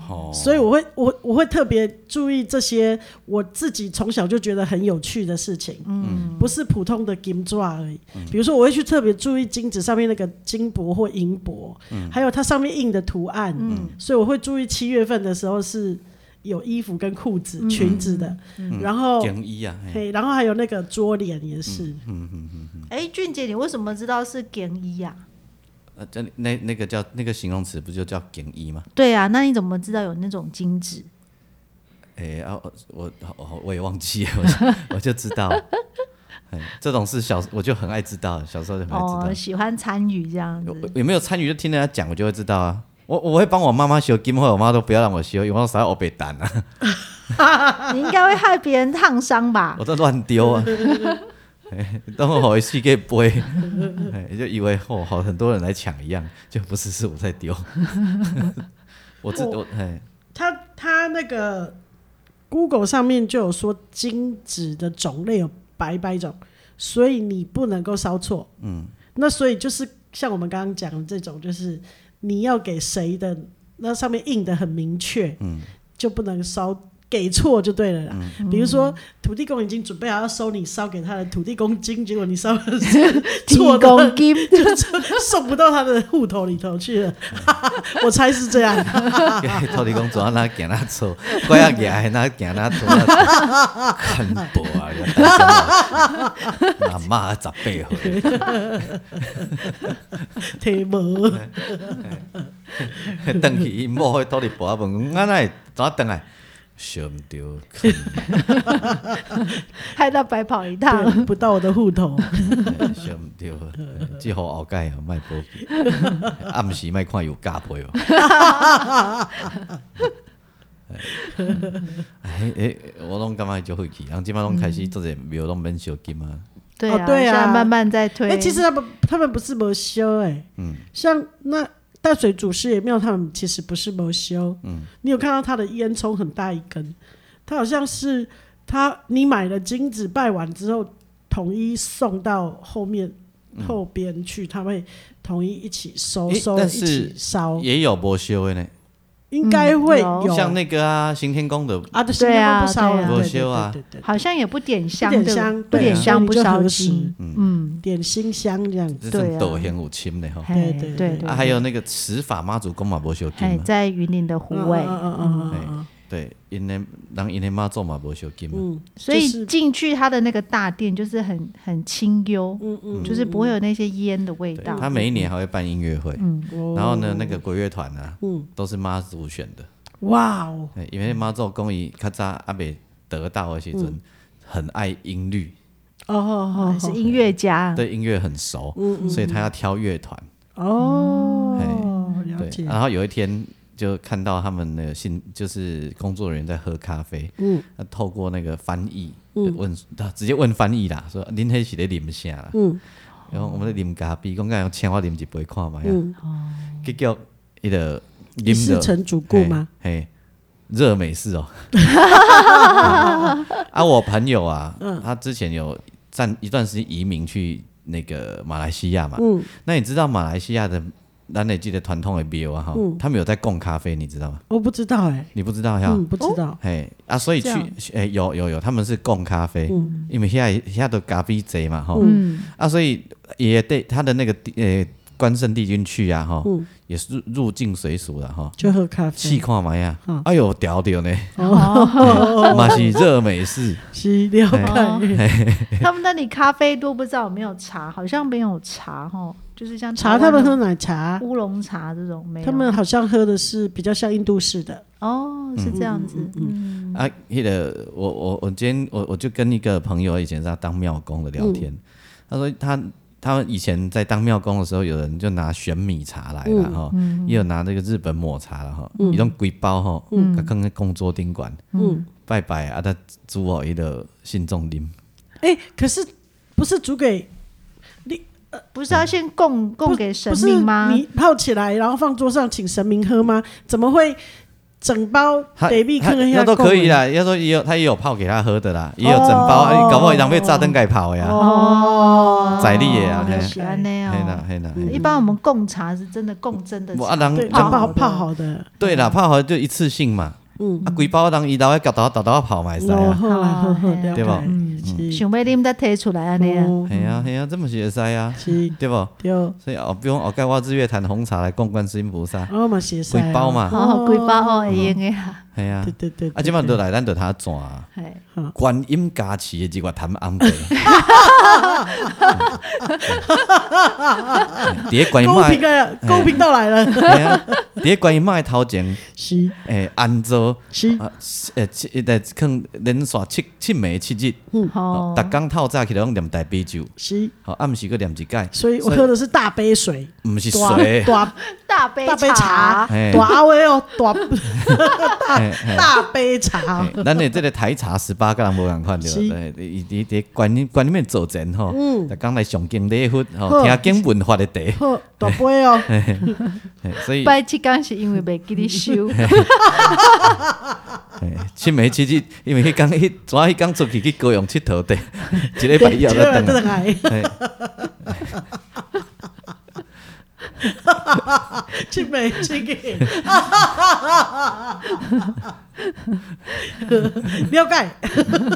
[SPEAKER 1] 吼，
[SPEAKER 2] 所以我会我我会特别注意这些我自己从小就觉得很有趣的事情，嗯，不是普通的金抓而已。比如说，我会去特别注意金子上面那个金箔或银箔，还有它上面印的图案，嗯，所以我会注意七月份的时候是有衣服跟裤子、裙子的，然后
[SPEAKER 1] 更衣啊，嘿
[SPEAKER 2] 嘿，然后还有那个桌帘也是，
[SPEAKER 3] 哎，俊杰，你为什么知道是梗一啊呀？
[SPEAKER 1] 呃，这那那个叫那个形容词不就叫更衣吗？
[SPEAKER 3] 对啊，那你怎么知道有那种金纸？
[SPEAKER 1] 哎、啊，我我我也忘记了，我 就我就知 道，哎，这种事小我就很爱知道，小时候就很爱知道。
[SPEAKER 3] 哦，喜欢参与这样
[SPEAKER 1] 有
[SPEAKER 3] 子。
[SPEAKER 1] 有没有参与就听人家讲，我就会知道啊。我我会帮我妈妈修金花，我妈都不要让我修，因为我啥我被单啊，
[SPEAKER 3] 你应该会害别人烫 伤吧？
[SPEAKER 1] 我在乱丢啊。嘿等我好一次给背，嘿就以为哦，好很多人来抢一样，就不是是我在丢。我自我哎，
[SPEAKER 2] 它它那个 Google 上面就有说金纸的种类有百百种，所以你不能够烧错。嗯，那所以就是像我们刚刚讲的这种，就是你要给谁的，那上面印的很明确，嗯，就不能烧。给错就对了啦，比如说土地公已经准备好要收你烧给他的土地公金，结果你烧了 错
[SPEAKER 3] 提供
[SPEAKER 2] 的，
[SPEAKER 3] 金，
[SPEAKER 2] 就送不到他的户头里头去了。 我猜是这样。
[SPEAKER 1] 到底讲怎样哪行哪错，我要行哪行哪错，很薄啊，阿妈十八岁，
[SPEAKER 2] 提无。
[SPEAKER 1] 等去伊某去到底薄啊问，我哪会怎等来？想唔到，肯
[SPEAKER 3] 害到白跑一趟。
[SPEAKER 2] 对不到我的户头。
[SPEAKER 1] 定想 唔到，只好后盖啊，卖保庇，暗时卖看有加倍哦。 哎 哎，我拢感觉就好奇，人即摆拢开始做者庙拢免烧金啊，
[SPEAKER 3] 对
[SPEAKER 2] 哦
[SPEAKER 3] 啊，
[SPEAKER 2] 对啊
[SPEAKER 3] 现在慢慢在推。
[SPEAKER 2] 哎、其实他们他们不是没修哎、
[SPEAKER 1] 嗯
[SPEAKER 2] 像那淡水祖师爷庙，他们其实不是没修，嗯，你有看到他的烟囱很大一根，他好像是他你买了金子拜完之后，统一送到后面。后边去，他会统一一起收
[SPEAKER 1] 嗯诶
[SPEAKER 2] 收，一
[SPEAKER 1] 但是
[SPEAKER 2] 起烧，
[SPEAKER 1] 也有无烧的呢。
[SPEAKER 2] 应该会嗯
[SPEAKER 3] 嗯
[SPEAKER 2] 有
[SPEAKER 1] 像那个啊，刑天宫的
[SPEAKER 2] 啊，对，
[SPEAKER 3] 对啊
[SPEAKER 2] 不烧
[SPEAKER 3] 对
[SPEAKER 2] 了，
[SPEAKER 3] 啊
[SPEAKER 2] 对
[SPEAKER 1] 没修啊
[SPEAKER 2] 对对对
[SPEAKER 3] 好像也不点香，
[SPEAKER 2] 不点
[SPEAKER 3] 对
[SPEAKER 2] 香
[SPEAKER 3] 不
[SPEAKER 2] 对
[SPEAKER 3] 点
[SPEAKER 2] 啊
[SPEAKER 3] 香，不
[SPEAKER 2] 所以就
[SPEAKER 3] 烧
[SPEAKER 2] 核
[SPEAKER 3] 金
[SPEAKER 2] 实。
[SPEAKER 3] 嗯，
[SPEAKER 2] 对点心香这样子，
[SPEAKER 1] 这
[SPEAKER 3] 对啊
[SPEAKER 1] 种抖很有亲的吼。
[SPEAKER 3] 嘿
[SPEAKER 2] 对对
[SPEAKER 3] 对
[SPEAKER 2] 对
[SPEAKER 3] 对，
[SPEAKER 1] 啊，还有那个持法妈祖公嘛，无烧金
[SPEAKER 3] 哎，
[SPEAKER 1] 嘛，
[SPEAKER 3] 在云林的湖
[SPEAKER 2] 嗯
[SPEAKER 3] 尾，
[SPEAKER 2] 嗯嗯嗯嗯嗯，
[SPEAKER 1] 对，因的人因的妈祖嘛无烧金啊嘛，
[SPEAKER 2] 嗯，
[SPEAKER 3] 所
[SPEAKER 2] 就是
[SPEAKER 3] 以进去它的那个大殿就是很很清幽，
[SPEAKER 2] 嗯嗯，
[SPEAKER 3] 就是不会有那些烟的味
[SPEAKER 1] 对
[SPEAKER 3] 道。
[SPEAKER 1] 他每一年还会办音乐会，
[SPEAKER 3] 嗯，
[SPEAKER 1] 然后呢，那个国乐团啊，
[SPEAKER 2] 哦嗯
[SPEAKER 1] 都是妈祖选的，
[SPEAKER 2] 哇哦，
[SPEAKER 1] 哎因为妈祖公伊较早阿未得到的时阵，
[SPEAKER 2] 嗯
[SPEAKER 1] 很爱音律，
[SPEAKER 2] 哦哦
[SPEAKER 3] 哦，是音乐家。
[SPEAKER 1] 对音乐很熟，
[SPEAKER 2] 嗯
[SPEAKER 1] 所以他要挑乐团，
[SPEAKER 2] 哦，哦，了
[SPEAKER 1] 对啊
[SPEAKER 2] 解，，
[SPEAKER 1] 然后有一天就看到他们的信，就是工作人员在喝咖啡，嗯，他透过那个翻译，
[SPEAKER 2] 嗯
[SPEAKER 1] 就问他直接问翻译啦，说您那是在啉啥啦？
[SPEAKER 2] 嗯，
[SPEAKER 1] 然后我们在啉咖啡，讲讲请我啉一杯看嘛呀，结果伊个
[SPEAKER 2] 嗯一
[SPEAKER 1] 啉
[SPEAKER 2] 世
[SPEAKER 1] 着
[SPEAKER 2] 成主顾吗？？
[SPEAKER 1] 嘿，嘿热美式哦，啊，我朋友啊，他之前有暂一段时间移民去那个马来西亚嘛，
[SPEAKER 2] 嗯
[SPEAKER 1] 那你知道马来西亚的咱得记得传统的 b 啊哈，他们有在供咖啡，你知道吗？
[SPEAKER 2] 我不知道哎，
[SPEAKER 1] 你不知道呀？
[SPEAKER 2] 嗯，不知道，
[SPEAKER 1] 嘿啊，所以去
[SPEAKER 3] 这样
[SPEAKER 1] 诶、有有有，他们是供咖啡，因为现在现在都咖啡贼嘛哈，
[SPEAKER 3] 嗯，
[SPEAKER 1] 啊，所以也对他的那个地诶、关圣帝君去啊哈，也是入入境随俗了哈。
[SPEAKER 2] 就喝咖
[SPEAKER 1] 试
[SPEAKER 2] 啡，
[SPEAKER 1] 看嘛呀，哎呦，屌屌呢，
[SPEAKER 3] 哦，
[SPEAKER 1] 嘛是热美式，
[SPEAKER 2] 是了
[SPEAKER 3] 哎
[SPEAKER 2] 解，
[SPEAKER 3] 他们那里咖啡多，不知道有没有茶，好像没有茶哦，就是像
[SPEAKER 2] 茶他
[SPEAKER 3] 台湾
[SPEAKER 2] 们
[SPEAKER 3] 的
[SPEAKER 2] 喝奶茶，
[SPEAKER 3] 乌龙茶这种没有。
[SPEAKER 2] 他们好像喝的是比较像印度式的，
[SPEAKER 3] 哦，是这样子，嗯，
[SPEAKER 1] 啊，那个我我我今天我我就跟一个朋友以前在当庙工的聊天，他说他他以前在当庙工的时候，有人就拿玄米茶来了哈，也有拿这个日本抹茶了哈，一种鬼包哈，他刚刚供桌宾馆
[SPEAKER 2] 嗯，
[SPEAKER 1] 拜拜啊，他煮哦一个信众啉，
[SPEAKER 2] 哎，可是不是煮给
[SPEAKER 3] 不是要先供供给神
[SPEAKER 2] 不是
[SPEAKER 3] 明吗？
[SPEAKER 2] 你泡起来，然后放桌上请神明喝吗？怎么会整包
[SPEAKER 1] 他
[SPEAKER 2] baby
[SPEAKER 1] 他
[SPEAKER 2] 坑一
[SPEAKER 1] 那
[SPEAKER 2] 下
[SPEAKER 1] 都可以啦，要说也有他也有泡给他喝的啦，也有整包，
[SPEAKER 2] 哦
[SPEAKER 1] 啊搞不好人被炸灯给泡呀，
[SPEAKER 2] 哦，
[SPEAKER 1] 在你的啊嘿
[SPEAKER 3] 就是安尼
[SPEAKER 1] 嘿啦
[SPEAKER 3] 哦。
[SPEAKER 1] 嘿啦。
[SPEAKER 3] 一般我们贡茶是真的共真的
[SPEAKER 1] 我啊
[SPEAKER 3] 茶，
[SPEAKER 1] 人
[SPEAKER 2] 对，
[SPEAKER 1] 人
[SPEAKER 2] 就泡泡好的，
[SPEAKER 1] 对啦，泡好就一次性嘛。嗯，啊，规包人伊老的夹头夹头跑嘛，会使
[SPEAKER 2] 哦，
[SPEAKER 1] 啊。
[SPEAKER 2] 好啦，好好，
[SPEAKER 3] 对
[SPEAKER 2] 了解，
[SPEAKER 1] 吧
[SPEAKER 2] 嗯，是，
[SPEAKER 3] 想要啉再提出来安尼啊。
[SPEAKER 2] 哦
[SPEAKER 1] 系啊系啊，这么是会使啊，
[SPEAKER 2] 是，
[SPEAKER 1] 对不？
[SPEAKER 2] 对，哦，
[SPEAKER 1] 所以后不用后盖我日月潭红茶来供观世音菩萨，
[SPEAKER 2] 啊嘛写
[SPEAKER 1] 规包，嘛，
[SPEAKER 3] 哦，规包哦会用的啊，
[SPEAKER 1] 系啊
[SPEAKER 2] 对。对对，
[SPEAKER 1] 啊，即摆落来咱就他转啊，
[SPEAKER 3] 嘿，
[SPEAKER 1] 观音加持的一个坛暗过。伫咧观音
[SPEAKER 2] 公
[SPEAKER 1] 妈
[SPEAKER 2] 平
[SPEAKER 1] 的，
[SPEAKER 2] 啊，公平到来了，
[SPEAKER 1] 嘿啊，伫咧观音妈的头前，
[SPEAKER 2] 是
[SPEAKER 1] 诶，安坐。
[SPEAKER 2] 是，
[SPEAKER 1] 啊，呃，七，呃，坑连续七七暝七日，
[SPEAKER 3] 哦
[SPEAKER 1] 哦，逐工透早起来拢念大杯酒，
[SPEAKER 2] 是，
[SPEAKER 1] 吼，暗时佫念一解，
[SPEAKER 2] 所以我喝的是大杯水，
[SPEAKER 1] 毋是
[SPEAKER 2] 大
[SPEAKER 1] 水，哎
[SPEAKER 2] 大
[SPEAKER 3] 大杯
[SPEAKER 2] 大杯茶，
[SPEAKER 1] 嘿
[SPEAKER 2] 大阿威哦， 大
[SPEAKER 1] 嘿嘿
[SPEAKER 2] 大大杯茶
[SPEAKER 1] 嘿，咱的即个台茶十八个人无共款着，
[SPEAKER 2] 是嗯
[SPEAKER 1] 对伊伫伫观音观音面做前吼，逐工来上经礼佛，吼，
[SPEAKER 2] 好
[SPEAKER 1] 听经文化的茶，
[SPEAKER 2] 好，大杯哦，
[SPEAKER 1] 哎嘿所以
[SPEAKER 3] 拜七天是因为袂记你收，
[SPEAKER 1] 嗯嘿七暝七日，因为迄工迄昨迄工出去去高雄佚佗的， 一礼拜以后才
[SPEAKER 2] 这
[SPEAKER 1] 等。
[SPEAKER 2] 来，
[SPEAKER 1] 嘿
[SPEAKER 2] 去美去 给，了解，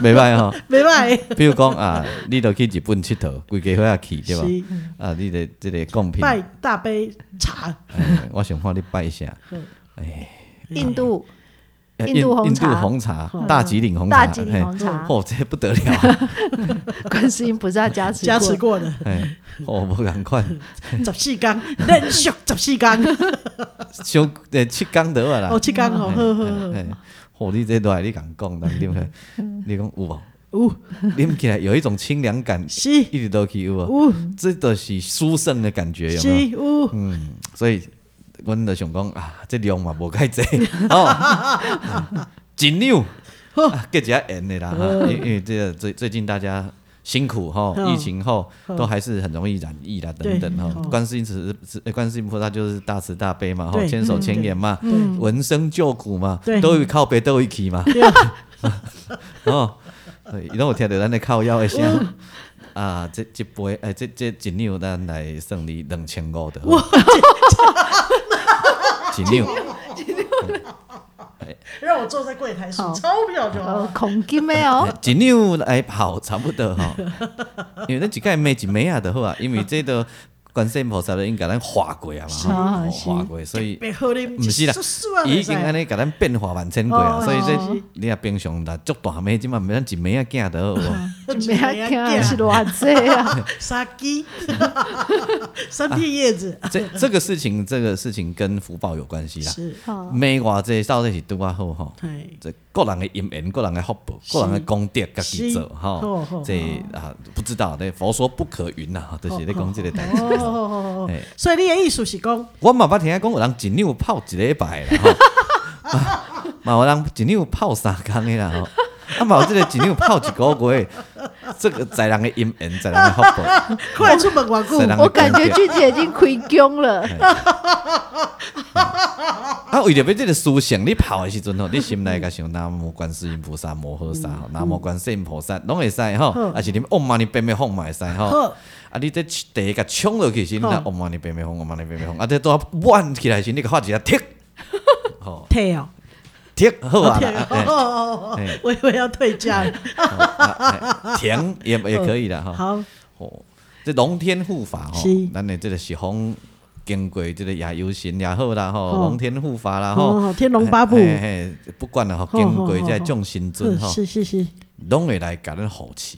[SPEAKER 1] 袂歹吼。
[SPEAKER 2] 没歹，
[SPEAKER 1] 比如讲啊，你都去日本佚佗，规家伙也去对吧？
[SPEAKER 2] 是
[SPEAKER 1] 啊，你的即个贡品，
[SPEAKER 2] 拜大杯茶，
[SPEAKER 1] 哎我想看你拜一下。
[SPEAKER 3] 印度
[SPEAKER 1] 呃
[SPEAKER 3] 印度红
[SPEAKER 1] 印
[SPEAKER 3] 茶
[SPEAKER 1] 度红茶，大吉岭红茶，
[SPEAKER 3] 大吉岭红茶
[SPEAKER 1] 嘿哦，这不得了啊，
[SPEAKER 3] 观世音菩萨加 持
[SPEAKER 2] 加持过的，
[SPEAKER 1] 哎，哦，无共款，
[SPEAKER 2] 十四缸，连续十四缸，
[SPEAKER 1] 小呃七工得啊啦
[SPEAKER 2] 哦，，七缸哦，好好好，
[SPEAKER 1] 哎，哦，你这来你共讲，人啉 起，
[SPEAKER 3] 嗯
[SPEAKER 1] 你讲有无？
[SPEAKER 2] 有
[SPEAKER 1] 啉起来有一种清凉感，
[SPEAKER 2] 是
[SPEAKER 1] 一直都去有无？
[SPEAKER 2] 有
[SPEAKER 1] 这都是殊胜的感觉，有没有？
[SPEAKER 2] 是有，
[SPEAKER 1] 嗯，所以阮就想讲啊，这量嘛无 介济哦，尽量啊结一下缘的啦，哈因为因为这个最最近大家。辛苦哈，
[SPEAKER 2] 嗯
[SPEAKER 1] 疫情后都还是很容易染疫啦，等等哈
[SPEAKER 2] 对嗯。
[SPEAKER 1] 观世音慈慈，呃观世音菩萨就是大慈大悲嘛，哈，
[SPEAKER 2] 对
[SPEAKER 1] 千手千眼嘛，闻声救苦嘛
[SPEAKER 2] 对，
[SPEAKER 1] 都有靠背都有去嘛。 哦，伊拢有听到咱咧靠腰的声啊，这这杯诶，这这一两咱来算你两千五的， 一两
[SPEAKER 2] 让我坐在柜台数
[SPEAKER 3] 好
[SPEAKER 2] 钞票就好
[SPEAKER 3] 呃
[SPEAKER 2] 了，
[SPEAKER 3] 恐哦金没有，
[SPEAKER 1] 哎一两来跑差不多吼， 因为咱一届每一每啊就好啊，因为这都观世音菩萨都已经甲咱化过啊
[SPEAKER 3] 是
[SPEAKER 1] 嘛，吼
[SPEAKER 3] 啊是
[SPEAKER 1] 化过，所以
[SPEAKER 2] 别喝啉，
[SPEAKER 1] 毋是啦
[SPEAKER 2] 一束啊，
[SPEAKER 1] 伊已经
[SPEAKER 2] 可以
[SPEAKER 1] 安尼甲咱变化万千过啊，
[SPEAKER 2] 哦
[SPEAKER 1] 所以
[SPEAKER 2] 是
[SPEAKER 1] 这你若平常啦，足大妹即嘛，咱一妹仔囝就好有无。
[SPEAKER 3] 没有听啊 是偌济啊，
[SPEAKER 2] 杀鸡，三片叶子
[SPEAKER 1] 这这个事情，这个事情跟福报有关系啦。
[SPEAKER 2] 是，
[SPEAKER 3] 好
[SPEAKER 1] 美偌济到底是拄啊好吼，
[SPEAKER 2] 哎，
[SPEAKER 1] 这个人的因缘，个人的福报，
[SPEAKER 2] 是
[SPEAKER 1] 个人的功德，家己
[SPEAKER 2] 是
[SPEAKER 1] 做
[SPEAKER 2] 好好
[SPEAKER 1] 吼。这啊，不知道咧，佛说不可云呐，吼就是咧讲这个代志。
[SPEAKER 2] 哦
[SPEAKER 1] 吼
[SPEAKER 2] 哦哦
[SPEAKER 1] 嘿，
[SPEAKER 2] 所以你的意思是讲，
[SPEAKER 1] 我嘛捌听讲有人一两泡一礼拜啦，吼， 啊嘛有人一两泡三工的啦，吼。啊嘛有即个一两泡一个月，这个在人的因缘，在人的福报，
[SPEAKER 2] 快出门玩顾
[SPEAKER 1] 在人
[SPEAKER 3] 我
[SPEAKER 1] 的
[SPEAKER 3] 感
[SPEAKER 1] 功
[SPEAKER 3] 觉
[SPEAKER 1] 德。
[SPEAKER 3] 俊姐已经亏工 了，
[SPEAKER 1] 啊，为着要这个思想，你跑的时 阵吼，你心内甲想南无观世音菩萨摩诃萨，
[SPEAKER 2] 嗯
[SPEAKER 1] 吼，南无观世音菩萨，拢会使吼，啊是你们嗡嘛呢叭咪吽嘛会使吼，
[SPEAKER 2] 好，
[SPEAKER 1] 啊你这第一甲冲落去时，你
[SPEAKER 2] 好
[SPEAKER 1] 若嗡嘛呢叭咪吽，嗡嘛呢叭咪吽，啊这都弯起来时，你甲发一下 踢，吼
[SPEAKER 2] 退哦，
[SPEAKER 1] 踢好啊
[SPEAKER 2] 退
[SPEAKER 1] 啦
[SPEAKER 2] 哦，
[SPEAKER 1] 哎
[SPEAKER 2] 哦哦哦
[SPEAKER 1] 哎，
[SPEAKER 2] 我以为要退价了，
[SPEAKER 1] 啊哎停也也可以啦吼，
[SPEAKER 2] 好，
[SPEAKER 1] 吼，哦这龙天护法吼
[SPEAKER 2] 是，
[SPEAKER 1] 咱的这个是方经过这个夜游神也好啦吼，
[SPEAKER 2] 哦
[SPEAKER 1] 龙天护法啦吼。
[SPEAKER 2] 哦，天龙八部，
[SPEAKER 1] 嘿嘿嘿不管了吼，经过这种神尊吼，
[SPEAKER 2] 嗯是是是，
[SPEAKER 1] 拢会来甲咱扶持，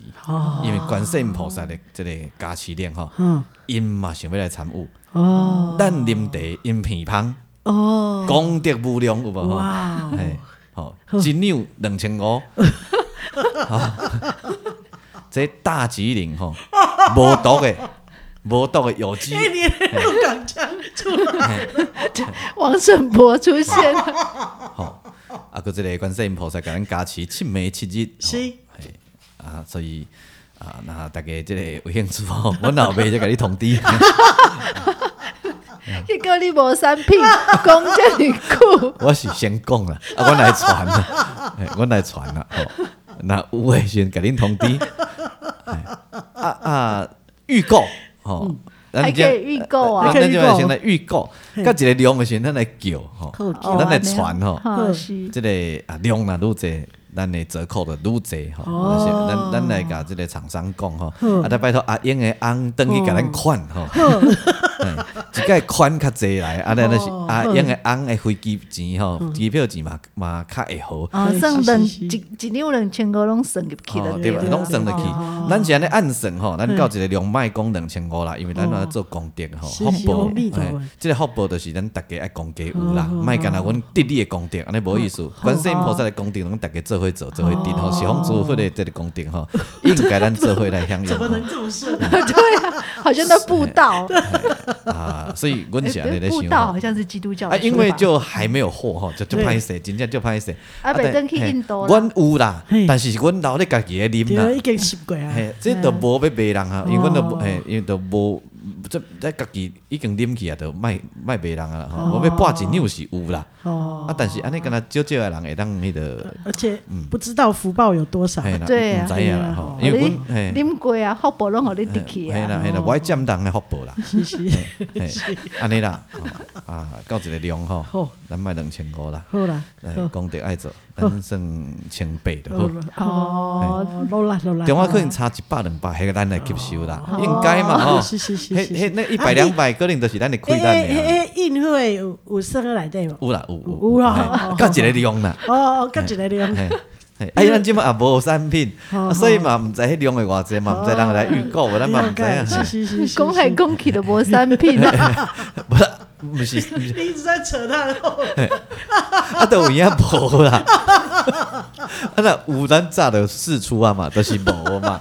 [SPEAKER 1] 因为观世音菩萨的这个加持力吼，
[SPEAKER 2] 嗯，
[SPEAKER 1] 因嘛想要来参悟，
[SPEAKER 2] 哦
[SPEAKER 1] 咱啉茶因偏芳，
[SPEAKER 2] 哦，
[SPEAKER 1] 功德无量有无吼？
[SPEAKER 2] 哇哦，
[SPEAKER 1] 嘿，吼，一两两 千五，这大吉岭吼，无毒 的，无毒的有机，
[SPEAKER 2] 哎，你鹿港腔出来，
[SPEAKER 3] 王胜博出现 了，
[SPEAKER 1] 吼，啊，佮这个观世音菩萨甲咱加持七暝七日，吼
[SPEAKER 2] 是
[SPEAKER 1] 嘿啊，所以啊，那大家即个有兴趣吼，阮老爸就甲你通 知。
[SPEAKER 3] 结果你无产品， 讲遮尼久，
[SPEAKER 1] 我是先讲啦，啊，阮来传啦，嘿阮来传啦，吼，那有诶先甲恁通知，哎啊啊，预购，吼，咱
[SPEAKER 3] 还可
[SPEAKER 1] 这
[SPEAKER 3] 以预购啊
[SPEAKER 1] 咱咱这
[SPEAKER 2] 还可以预购
[SPEAKER 1] 边先来预购，
[SPEAKER 2] 嘿
[SPEAKER 1] 甲一个量的时候，咱来叫，吼，
[SPEAKER 2] 扣
[SPEAKER 3] 哦啊
[SPEAKER 2] 件
[SPEAKER 1] 咱来
[SPEAKER 3] 这样
[SPEAKER 1] 传吼
[SPEAKER 3] 哈是
[SPEAKER 1] 即个啊量若愈侪，咱的折扣就愈侪吼。
[SPEAKER 2] 哦
[SPEAKER 1] 咱咱来甲即个厂商讲吼，
[SPEAKER 2] 好
[SPEAKER 1] 啊，再拜托阿英的翁等去甲咱款吼， 哎一个款较济来，啊，咱那是
[SPEAKER 2] 哦
[SPEAKER 1] 阿英的翁的飞机钱吼，机票钱嘛嘛较会好。
[SPEAKER 3] 哦，
[SPEAKER 2] 是
[SPEAKER 3] 算
[SPEAKER 2] 是
[SPEAKER 3] 两
[SPEAKER 2] 是
[SPEAKER 3] 一一两两千五拢算入去了
[SPEAKER 1] 吼，哦对吧？
[SPEAKER 2] 对
[SPEAKER 1] 拢算得去
[SPEAKER 3] 啊哦，嗯
[SPEAKER 1] 咱是安尼暗算吼，咱到一个量卖讲两千五啦，因为
[SPEAKER 3] 哦
[SPEAKER 1] 咱要做功德吼，
[SPEAKER 2] 是
[SPEAKER 1] 福
[SPEAKER 2] 是
[SPEAKER 1] 报哎
[SPEAKER 2] 阿弥，陀佛
[SPEAKER 1] 即个福报就是咱逐家爱公家有
[SPEAKER 3] 哦
[SPEAKER 1] 啦，
[SPEAKER 2] 嗯嗯
[SPEAKER 1] 卖干那阮得你的功德，安尼无意思。观世音菩萨的功德，拢逐家做伙做，做伙得吼，是方诸
[SPEAKER 3] 哦
[SPEAKER 1] 佛的即个功德吼，应该咱做伙来享 用
[SPEAKER 2] 怎么
[SPEAKER 1] 吼
[SPEAKER 2] 能这么说？
[SPEAKER 3] 对啊，好像在布道，
[SPEAKER 1] 啊。所以阮是安尼
[SPEAKER 3] 哎
[SPEAKER 1] 咧
[SPEAKER 3] 布
[SPEAKER 1] 想
[SPEAKER 3] 道
[SPEAKER 1] 吼
[SPEAKER 3] 好。像是基督教
[SPEAKER 1] 啊，
[SPEAKER 3] 的说法，
[SPEAKER 1] 因为就还没有货吼，就就歹势，真正就歹势。
[SPEAKER 3] 啊袂当去印度啦
[SPEAKER 1] 阮有啦
[SPEAKER 2] 嘿，
[SPEAKER 1] 但是阮老咧家己咧啉啦
[SPEAKER 2] 对，。已经习惯啊。
[SPEAKER 1] 嗯嘿，这都无要卖人啊，因为阮都无
[SPEAKER 2] 哦
[SPEAKER 1] 嘿，因为都无，这咱家己已经啉去啊，都卖卖卖人啊啦，吼，我要半斤两是有啦，
[SPEAKER 2] 哦，
[SPEAKER 1] 啊，但是安尼敢若少少的人会当迄个，
[SPEAKER 2] 而且
[SPEAKER 1] 嗯
[SPEAKER 2] 不知道福报有多少。
[SPEAKER 1] 嘿啦，
[SPEAKER 3] 对啊
[SPEAKER 1] 毋知影啦吼，
[SPEAKER 3] 哦
[SPEAKER 1] 因为
[SPEAKER 3] 你
[SPEAKER 1] 阮嘿，
[SPEAKER 3] 啉过啊，福报拢互你得
[SPEAKER 1] 嘿
[SPEAKER 3] 去
[SPEAKER 1] 嘿啦
[SPEAKER 3] 啊，
[SPEAKER 1] 嘿啦，我爱占人的福报啦，
[SPEAKER 2] 是是，
[SPEAKER 1] 嘿，安尼啦，吼啊，到一个量吼
[SPEAKER 2] 好，
[SPEAKER 1] 咱卖两千五啦，
[SPEAKER 2] 好啦，
[SPEAKER 1] 哎
[SPEAKER 2] 好，
[SPEAKER 1] 讲得爱做，咱算千八就好。
[SPEAKER 2] 哦，落啦落啦。
[SPEAKER 1] 电话可能差一百两百，迄个咱来吸收啦，应该嘛吼。
[SPEAKER 2] 哦是是是
[SPEAKER 1] 迄
[SPEAKER 2] 是
[SPEAKER 1] 迄
[SPEAKER 2] 是
[SPEAKER 1] 那一百两百，可能就是咱的
[SPEAKER 2] 诶
[SPEAKER 1] 亏咱
[SPEAKER 2] 诶
[SPEAKER 1] 的啊。
[SPEAKER 2] 诶，宴会有有生个来对无？
[SPEAKER 1] 有啦有
[SPEAKER 2] 有啦
[SPEAKER 1] 嘿
[SPEAKER 2] 哦
[SPEAKER 1] 到一个 量啦。
[SPEAKER 2] 哦，跟一个量，
[SPEAKER 1] 嘿嘿哎，咱即满也无产品，
[SPEAKER 2] 哦
[SPEAKER 1] 啊所以嘛毋知迄量会偌济，嘛毋知人来预购，咱嘛毋知啊影。
[SPEAKER 2] 是
[SPEAKER 1] 嘿
[SPEAKER 2] 是是是。
[SPEAKER 3] 讲来讲去都无产品啊，
[SPEAKER 1] 不啦，毋是，毋是
[SPEAKER 2] 你一直在扯他的后腿。
[SPEAKER 1] 啊，都有影无啦。 啊，那有咱早就试出啊嘛，就是无嘛。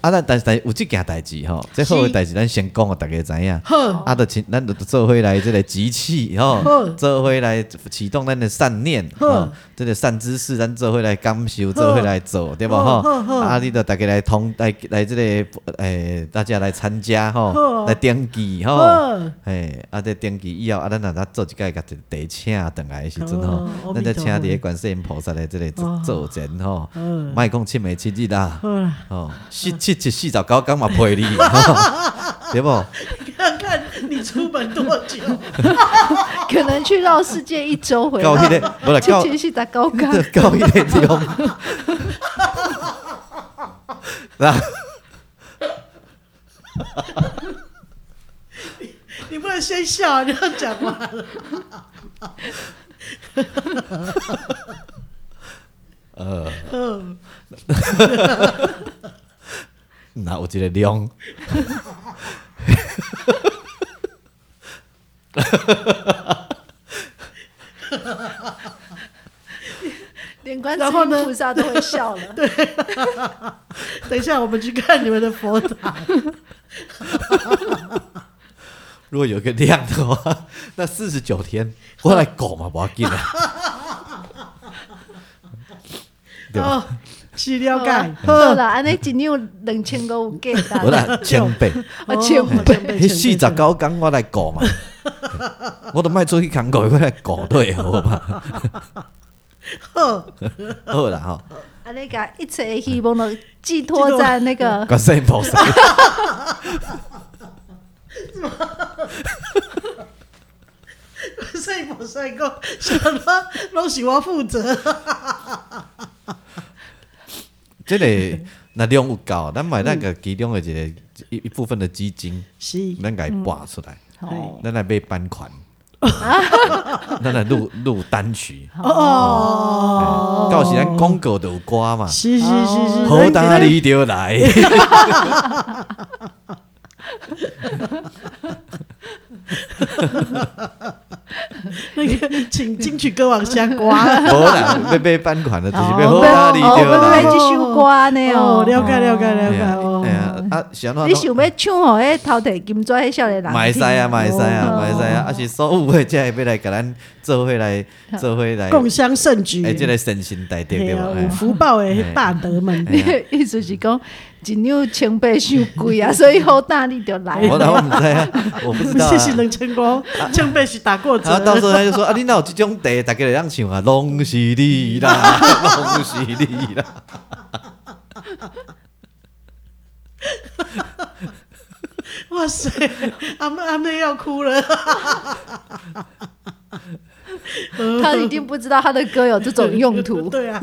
[SPEAKER 1] 啊，咱但是但是有即件代志吼，这好的代志咱先讲，互逐个知影。
[SPEAKER 2] 好，
[SPEAKER 1] 啊，就请咱就做回来这个集气
[SPEAKER 2] 好
[SPEAKER 1] 吼，做回来启动咱的善念
[SPEAKER 2] 好
[SPEAKER 1] 吼，这个善知识咱做回来感受，做回来做，对不
[SPEAKER 2] 好
[SPEAKER 1] 吼
[SPEAKER 2] 好好？
[SPEAKER 1] 啊，你就大家来通来来这个诶，大家来参加
[SPEAKER 2] 好
[SPEAKER 1] 吼，来登记吼
[SPEAKER 2] 好，
[SPEAKER 1] 诶，啊，这登记以后啊，咱若咱做一届甲一地请等来的时阵吼
[SPEAKER 2] 哦，
[SPEAKER 1] 咱再
[SPEAKER 2] 阿弥陀佛
[SPEAKER 1] 请伫观世音菩萨的这个
[SPEAKER 2] 哦
[SPEAKER 1] 做前吼
[SPEAKER 2] 好，
[SPEAKER 1] 莫讲七暝七日啦
[SPEAKER 2] 好。啦，
[SPEAKER 1] 哦，四七七四十九天嘛陪你， 吼对不？
[SPEAKER 2] 看看你出门多久？
[SPEAKER 3] 可能去绕世界一周回
[SPEAKER 1] 到迄、
[SPEAKER 3] 来，
[SPEAKER 1] 个，无啦，
[SPEAKER 3] 就
[SPEAKER 1] 到
[SPEAKER 3] 去是打高岗，
[SPEAKER 1] 到迄个地方， 那
[SPEAKER 2] 你不能先笑，你要讲完了。
[SPEAKER 1] 呃，
[SPEAKER 2] 嗯，
[SPEAKER 1] 那有一个量，
[SPEAKER 3] 连观世音菩萨都会笑了。
[SPEAKER 2] 等一下我们去看你们的佛塔。
[SPEAKER 1] 如果有一个量的话，那四十九天我来搞嘛，无要紧啊， 对吧？
[SPEAKER 2] 哦，是了解。
[SPEAKER 3] 好啦，安尼一两两千五有价值
[SPEAKER 1] 我来千倍，
[SPEAKER 3] 啊，千五
[SPEAKER 2] 千倍
[SPEAKER 1] 迄四十九天我来搞嘛，我都卖出去工作，我来搞对好嘛，
[SPEAKER 2] 好，
[SPEAKER 1] 好啦吼，
[SPEAKER 3] 安尼甲一切的希望都寄托在那个
[SPEAKER 1] 观世音 菩萨。
[SPEAKER 2] 所以我帅哥什么都是我负责。
[SPEAKER 1] 这个那量有够，咱买那个其中的一个一一部分的基金，
[SPEAKER 2] 是，
[SPEAKER 1] 咱给它拔出来，
[SPEAKER 2] 嗯
[SPEAKER 3] 哦
[SPEAKER 1] 咱来买版权， 咱来录录单曲，
[SPEAKER 2] 哦，
[SPEAKER 1] 到时咱广告都有歌嘛，
[SPEAKER 2] 是是是是，
[SPEAKER 1] 好大你就来，
[SPEAKER 2] 那个，请金曲歌王相 关。
[SPEAKER 1] 无啦，要买版权的，就是要好
[SPEAKER 3] 要
[SPEAKER 1] 大你就
[SPEAKER 3] 要买
[SPEAKER 1] 来
[SPEAKER 3] 一。首歌呢
[SPEAKER 2] 哦
[SPEAKER 3] 哦，，
[SPEAKER 2] 了解了解了
[SPEAKER 1] 哎
[SPEAKER 2] 解
[SPEAKER 1] 呀
[SPEAKER 2] 哦
[SPEAKER 1] 哎。呀，啊，想到
[SPEAKER 3] 你想要唱互迄头提金砖迄少年人？
[SPEAKER 1] 买晒啊，
[SPEAKER 2] 哦
[SPEAKER 1] 买晒啊，买晒啊，啊是所有的才会要来给咱做伙 来做伙来，
[SPEAKER 2] 共襄盛举，
[SPEAKER 1] 哎，这个神心大德
[SPEAKER 2] 嘿
[SPEAKER 1] 对
[SPEAKER 2] 啊
[SPEAKER 1] 吧？
[SPEAKER 2] 有
[SPEAKER 1] 哎
[SPEAKER 2] 福报的大德 们，
[SPEAKER 1] 哎呀
[SPEAKER 3] 意思是讲一两千八伤贵啊，所以好大力就 来
[SPEAKER 1] 我
[SPEAKER 3] 了。
[SPEAKER 1] 哪我不知啊，我不知道啊
[SPEAKER 2] 谢。谢能成功，正被是打过折
[SPEAKER 1] 然后。到时候 他就说：“啊，你哪有这种地，大家会当唱啊，拢是你啦， 拢是你啊啦。”
[SPEAKER 2] 哇塞，阿妹阿妹要哭 了，
[SPEAKER 3] 他一定不知道他的歌有这种用 途。
[SPEAKER 2] 哦对啊，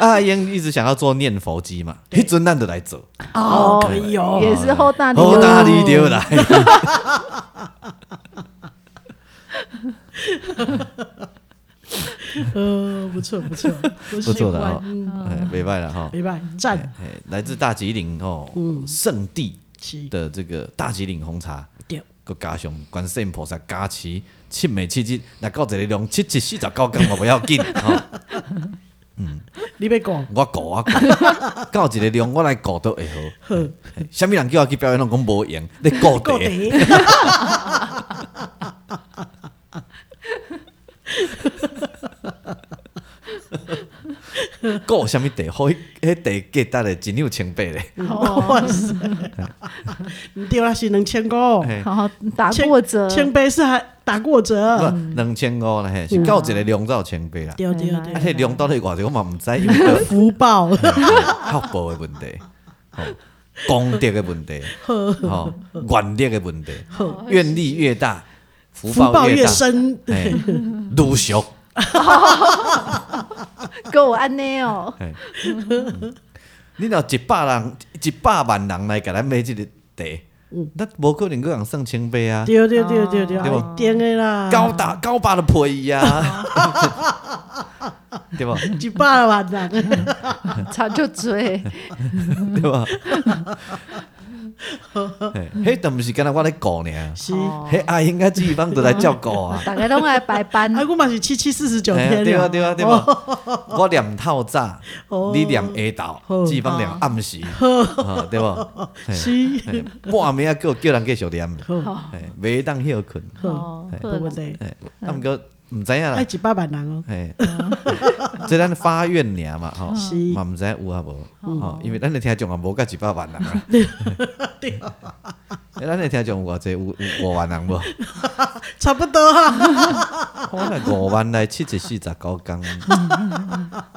[SPEAKER 1] 啊，因一直想要做念佛机嘛，迄阵咱就来做，
[SPEAKER 3] 哦
[SPEAKER 2] 哎呦，
[SPEAKER 3] 也是后大力啊
[SPEAKER 1] 好
[SPEAKER 3] 有
[SPEAKER 1] 大 力丢来。
[SPEAKER 2] 呃，不错不错，不
[SPEAKER 1] 不错的哦
[SPEAKER 2] 嗯，
[SPEAKER 1] 哎，没办了哈。
[SPEAKER 2] 明白，赞，
[SPEAKER 1] 哎，来自大吉岭哦，圣地
[SPEAKER 2] 起
[SPEAKER 1] 的这个大吉岭红茶，
[SPEAKER 2] 对，
[SPEAKER 1] 佮加上观世音菩萨加持，七美七日，那到一个量七七四十九天嘛不要紧吼，
[SPEAKER 2] 你别讲，
[SPEAKER 1] 我顾我顾，到一个量我来顾都会好。哎什么人叫我去表演，拢讲 无用，你顾
[SPEAKER 2] 够
[SPEAKER 1] 地。
[SPEAKER 2] 得，
[SPEAKER 1] 搞什么地好？迄迄地价值嘞，真有千倍嘞。
[SPEAKER 2] 哇塞，哦 你丢了是两千五，
[SPEAKER 1] 嘿
[SPEAKER 3] 好好打
[SPEAKER 2] 千
[SPEAKER 3] 过折，
[SPEAKER 2] 千杯是还打过折，
[SPEAKER 1] 不两千五啦，嘿，
[SPEAKER 2] 嗯
[SPEAKER 1] 是到一个量才有千倍啦。
[SPEAKER 2] 丢丢
[SPEAKER 3] 哎
[SPEAKER 2] 丢
[SPEAKER 1] 啊，，迄量到底偌济，我嘛毋知，因为
[SPEAKER 2] 福报，
[SPEAKER 1] 福报的问题，吼，功德的问题，吼，愿力的问题，愿力越大， 福
[SPEAKER 2] 福报
[SPEAKER 1] 越
[SPEAKER 2] 越
[SPEAKER 1] 大，
[SPEAKER 2] 深，
[SPEAKER 1] 嘿， 愈俗，
[SPEAKER 3] 跟我安内 哦，
[SPEAKER 1] 嘿，嗯你若一百人、一百万人来甲咱买即个地，
[SPEAKER 2] 嗯
[SPEAKER 1] 咱无可能个人算千倍啊。
[SPEAKER 2] 丢丢丢丢丢，
[SPEAKER 1] 对吧
[SPEAKER 2] 一点的啦，
[SPEAKER 1] 高达高八的皮呀，啊 对吧？
[SPEAKER 2] 一百万
[SPEAKER 1] 哦
[SPEAKER 2] 人，
[SPEAKER 3] 差就追，
[SPEAKER 1] 对 吧？嘿迄都毋是敢若我咧顾呢，啊
[SPEAKER 2] 是，
[SPEAKER 3] 哦。
[SPEAKER 1] 迄阿英甲志芳都来照顾啊
[SPEAKER 3] 大家都爱白班
[SPEAKER 2] 啊，，我嘛是七七四十九
[SPEAKER 1] 嘿啊
[SPEAKER 2] 天
[SPEAKER 1] 对啊
[SPEAKER 2] 了，
[SPEAKER 1] 对啊对吧？我念透早
[SPEAKER 2] 哦，
[SPEAKER 1] 你念下
[SPEAKER 2] 好
[SPEAKER 1] 昼，志芳念 暗时，啊对吧？嘿
[SPEAKER 2] 是，
[SPEAKER 1] 嘿 半暝啊，叫叫人继续念，
[SPEAKER 2] 好，
[SPEAKER 1] 嘿袂当休困。
[SPEAKER 2] 好，
[SPEAKER 3] 哦
[SPEAKER 2] 没问题，
[SPEAKER 1] 嘿啊毋过毋知影啊
[SPEAKER 2] 爱
[SPEAKER 1] 啦，
[SPEAKER 2] 一百万人哦，
[SPEAKER 1] 嘿，即咱发愿尔嘛，吼
[SPEAKER 2] 啊是，哦
[SPEAKER 1] 嘛毋知有啊无，吼，因为咱的听众也无甲一百万人啊，
[SPEAKER 2] 对啊，
[SPEAKER 1] 欸咱的听众有偌济，有有五万人无？
[SPEAKER 2] 差不多 啊，
[SPEAKER 1] 我来五万来七十四十九 工，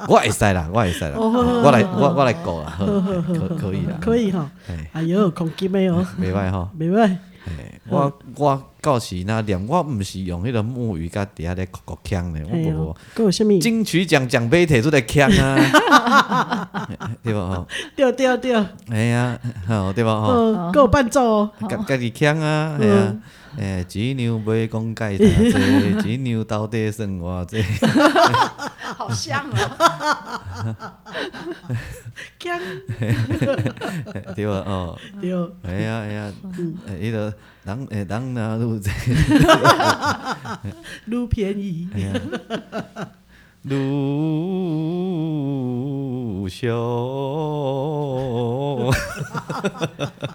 [SPEAKER 1] 我会使啦，我会使啦，
[SPEAKER 2] 哦
[SPEAKER 1] 我来我我来顾啦，好可可以啦，
[SPEAKER 2] 可以哈
[SPEAKER 1] 哎，
[SPEAKER 2] 哎呦，恐惧没有，
[SPEAKER 1] 袂歹吼。
[SPEAKER 2] 没问，
[SPEAKER 1] 嘿
[SPEAKER 2] 嗯
[SPEAKER 1] 我我到时那念，我毋是用迄个木鱼甲底下咧哭哭腔咧，我
[SPEAKER 2] 哎呦
[SPEAKER 1] 无，
[SPEAKER 2] 够有什么？
[SPEAKER 1] 金曲奖奖杯摕出来腔啊， 对无吼？
[SPEAKER 2] 对对对，
[SPEAKER 1] 哎呀，吼对无吼？
[SPEAKER 2] 嗯，够有伴奏哦，
[SPEAKER 1] 家家己腔啊，哎呀，诶，只牛袂讲介 偌济，只牛到底算偌济？
[SPEAKER 3] 好像啊，
[SPEAKER 2] 锵
[SPEAKER 1] 哦对无哦。
[SPEAKER 2] 对，
[SPEAKER 1] 哎呀哎呀，
[SPEAKER 2] 嗯
[SPEAKER 1] 哎迄个人诶人若愈济
[SPEAKER 2] 愈便宜，
[SPEAKER 1] 愈俗，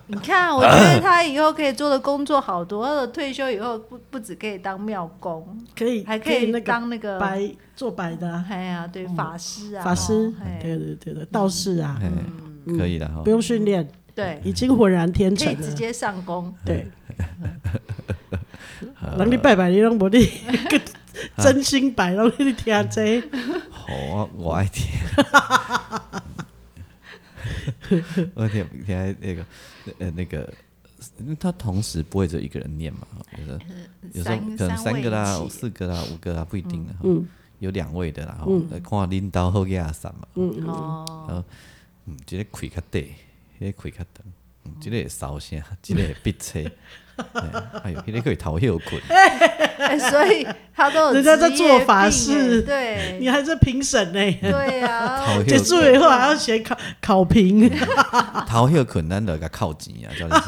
[SPEAKER 3] 你看，我觉得他以后可以做的工作好多，他的退休以后不不止可以当庙工，
[SPEAKER 2] 可以，
[SPEAKER 3] 还可
[SPEAKER 2] 可
[SPEAKER 3] 以
[SPEAKER 2] 那个
[SPEAKER 3] 当那个，
[SPEAKER 2] 白做白的啊
[SPEAKER 3] 哎呀，对法师啊，
[SPEAKER 2] 法师
[SPEAKER 3] 哦，哎
[SPEAKER 2] 对对对对，道士啊，
[SPEAKER 1] 哎，可以了吼
[SPEAKER 2] 不。用训练，
[SPEAKER 3] 对，
[SPEAKER 2] 已经浑然天
[SPEAKER 3] 嗯可
[SPEAKER 2] 成
[SPEAKER 3] 以直
[SPEAKER 2] 了。
[SPEAKER 3] 接上工，
[SPEAKER 2] 对，人你拜拜你拢无你真心拜拢你听这
[SPEAKER 3] 嗯
[SPEAKER 2] 个，
[SPEAKER 1] 好，我我爱听。我听听那个呃那个，他同时不会只有一个人念嘛，有时候有时
[SPEAKER 3] 三
[SPEAKER 1] 候可能三个啦、
[SPEAKER 3] 三位一起
[SPEAKER 1] 四个啦、五个啦不一定啦，
[SPEAKER 2] 嗯
[SPEAKER 1] 吼有两位的啦，吼看领导好个啊三嘛，
[SPEAKER 3] 哦，
[SPEAKER 1] 然后嗯，即个开较短，迄个开较长，嗯，即个会烧声，即个会逼车， 哎哎呦，迄个可以逃休困，
[SPEAKER 3] 哎，所以他都有
[SPEAKER 2] 人家在
[SPEAKER 3] 职
[SPEAKER 2] 做
[SPEAKER 3] 业
[SPEAKER 2] 法
[SPEAKER 3] 病
[SPEAKER 2] 事
[SPEAKER 3] 哎对
[SPEAKER 2] 你，还是评审 呢？
[SPEAKER 3] 对啊呀，
[SPEAKER 1] 逃
[SPEAKER 2] 结
[SPEAKER 1] 休
[SPEAKER 2] 束
[SPEAKER 1] 困，
[SPEAKER 2] 以后还要写考考评，
[SPEAKER 1] 逃休困，咱就甲扣钱啊，叫你说，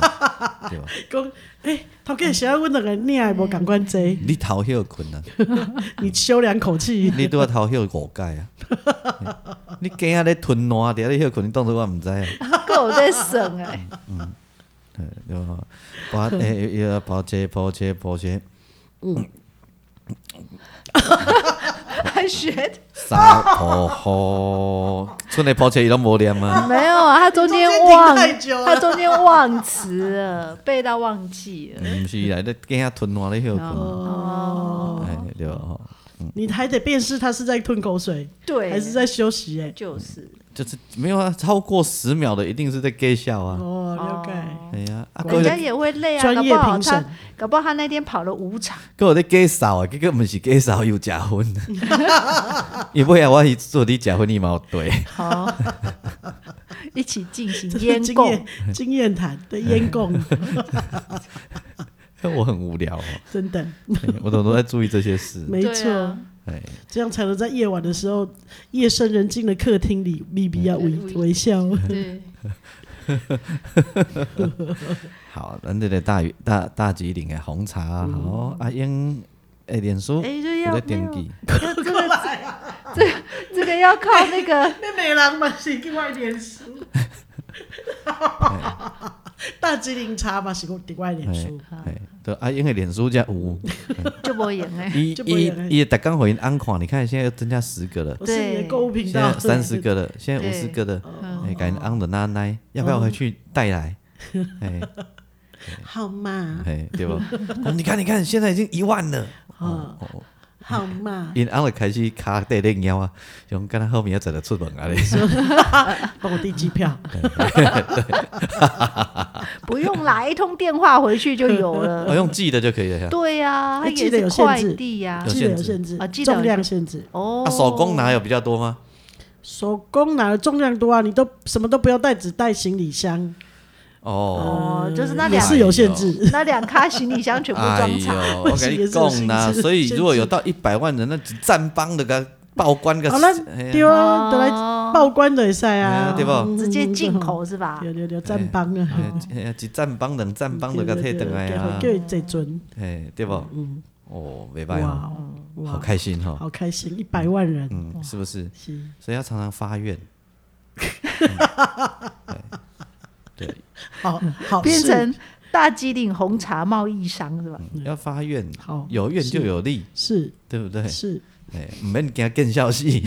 [SPEAKER 1] 对吧？
[SPEAKER 2] 讲哎，头家写阮两个你也无共款这，
[SPEAKER 1] 你逃休困啊。
[SPEAKER 3] 嗯
[SPEAKER 2] 你修两口气，
[SPEAKER 1] 你拄啊头迄五届啊！你今仔咧吞烂伫啊！你迄困，你当做我毋知啊！
[SPEAKER 3] 够在省 哎，
[SPEAKER 1] 嘿对吧？把诶要抱歉抱歉抱歉，
[SPEAKER 3] 还学
[SPEAKER 1] 三抱吼，剩诶抱歉伊拢无念啊！
[SPEAKER 3] 没有啊，他中间
[SPEAKER 2] 中间
[SPEAKER 3] 忘
[SPEAKER 2] 停太久，了
[SPEAKER 3] 他中间忘词了，背到忘记了。
[SPEAKER 1] 毋是啦，你今仔吞烂咧迄困，
[SPEAKER 3] 哦，
[SPEAKER 1] 哎对吧？吼
[SPEAKER 2] 你还得辨识他是在吞口水，
[SPEAKER 3] 对，
[SPEAKER 2] 还是在休息哎。
[SPEAKER 3] 就是
[SPEAKER 1] 就是没有啊，超过十秒的一定是在 gay 笑啊。
[SPEAKER 2] 哦，了解。
[SPEAKER 3] 哦
[SPEAKER 1] 哎呀，啊，各
[SPEAKER 3] 人家
[SPEAKER 1] 位
[SPEAKER 3] 也会累啊，
[SPEAKER 2] 专
[SPEAKER 3] 搞
[SPEAKER 2] 业
[SPEAKER 3] 不好
[SPEAKER 2] 评
[SPEAKER 3] 他
[SPEAKER 2] 审，
[SPEAKER 3] 搞不好他那天跑了五 场，
[SPEAKER 1] 各位在 gay 少啊，这个不是 gay 少有假婚。因为啊，我去做你假婚，你嘛有对。
[SPEAKER 3] 好，哦一起进行
[SPEAKER 2] 这
[SPEAKER 3] 烟
[SPEAKER 2] 是经
[SPEAKER 3] 供
[SPEAKER 2] 验。经验谈 对烟供，
[SPEAKER 1] 我很无 聊、哦，
[SPEAKER 2] 真的
[SPEAKER 1] 对我都都在注意这些事。
[SPEAKER 2] 没
[SPEAKER 3] 对
[SPEAKER 2] 错
[SPEAKER 3] 啊，，
[SPEAKER 1] 哎，
[SPEAKER 2] 这样才能在夜晚的时候，夜深人静的客厅里，咪咪
[SPEAKER 3] 嗯
[SPEAKER 2] 要微微 笑。
[SPEAKER 3] 对，
[SPEAKER 1] 好，咱这个大鱼大大吉岭的红茶啊，好阿英，哎，脸书
[SPEAKER 3] 哎，嗯这要
[SPEAKER 1] 有在
[SPEAKER 3] 没
[SPEAKER 1] 点
[SPEAKER 3] 有
[SPEAKER 1] 击，
[SPEAKER 3] 要这个这这个要靠那个
[SPEAKER 2] 那美郎嘛是另外脸书， 大吉岭茶嘛是另外脸书，
[SPEAKER 1] 哎，对，阿英的脸书才有，
[SPEAKER 3] 嗯就不演哎，
[SPEAKER 1] 一
[SPEAKER 2] 这不会
[SPEAKER 1] 一一，大刚回安款，你看现在又增加十个了，
[SPEAKER 2] 我是你的购物频
[SPEAKER 1] 现
[SPEAKER 2] 道
[SPEAKER 1] 在三十个了，现在五
[SPEAKER 3] 对哦
[SPEAKER 1] 十个了，
[SPEAKER 3] 嗯
[SPEAKER 1] 哎，感觉安的奶奶，要不要回去带 来？哎
[SPEAKER 2] 好嘛，
[SPEAKER 1] 哎，对吧？哦你看，你看，现在已经一万了，
[SPEAKER 3] 哦
[SPEAKER 2] 啊，
[SPEAKER 1] 哦
[SPEAKER 2] 好 嘛，
[SPEAKER 1] 因安了开始卡带链腰啊，像刚才后面要怎么出门啊嘞？
[SPEAKER 2] 帮我订机票，
[SPEAKER 3] 不用啦，一通电话回去就有
[SPEAKER 1] 我
[SPEAKER 3] 了。
[SPEAKER 1] 用寄的就可以了。
[SPEAKER 3] 对呀，它
[SPEAKER 2] 哎记
[SPEAKER 3] 也
[SPEAKER 2] 得有
[SPEAKER 3] 是
[SPEAKER 2] 限
[SPEAKER 3] 快
[SPEAKER 2] 制
[SPEAKER 3] 递呀
[SPEAKER 1] 有。
[SPEAKER 2] 记得
[SPEAKER 1] 限
[SPEAKER 2] 有
[SPEAKER 1] 制
[SPEAKER 2] 限制
[SPEAKER 3] 啊记，得有
[SPEAKER 2] 重量限制，
[SPEAKER 3] 哦
[SPEAKER 1] 啊，，手工拿有比较多吗？
[SPEAKER 2] 手工哪有重量多啊？你都什么都不要带，只带行李箱，
[SPEAKER 1] 哦，
[SPEAKER 3] 哦，就是那
[SPEAKER 2] 也
[SPEAKER 3] 两
[SPEAKER 2] 是有限制。
[SPEAKER 3] 那两卡行李箱全部
[SPEAKER 1] 哎
[SPEAKER 3] 装茶。
[SPEAKER 1] 呦，我跟你讲啦，所以如果有到一百万人，那只战帮的个报关个，
[SPEAKER 2] 好了
[SPEAKER 1] 哎，呀
[SPEAKER 2] 对啊，
[SPEAKER 3] 哦
[SPEAKER 2] 都来报关的赛啊，
[SPEAKER 1] 对吧
[SPEAKER 2] 嗯
[SPEAKER 3] 直接进，口是吧
[SPEAKER 2] 对？对对，战帮啊，
[SPEAKER 1] 哎呀一战帮两战帮
[SPEAKER 2] 对
[SPEAKER 1] 的
[SPEAKER 2] 对
[SPEAKER 1] 个退
[SPEAKER 2] 对
[SPEAKER 1] 等来啊
[SPEAKER 2] 叫，伊坐船，
[SPEAKER 1] 哎，对不？哦，没办
[SPEAKER 2] 哇
[SPEAKER 1] 法，
[SPEAKER 2] 哦
[SPEAKER 1] 好
[SPEAKER 2] 哇，
[SPEAKER 1] 开心哈，
[SPEAKER 2] 好开心，一百万人，
[SPEAKER 1] 嗯，是不是？
[SPEAKER 2] 是
[SPEAKER 1] 所以要常常发愿，
[SPEAKER 2] 好好
[SPEAKER 3] 变
[SPEAKER 2] 事
[SPEAKER 3] 成大吉岭红茶贸易商是吧？
[SPEAKER 1] 要发愿，
[SPEAKER 2] 好
[SPEAKER 1] 有愿就有力，
[SPEAKER 2] 是
[SPEAKER 1] 对不对？
[SPEAKER 2] 是，
[SPEAKER 1] 哎，唔免惊见笑戏，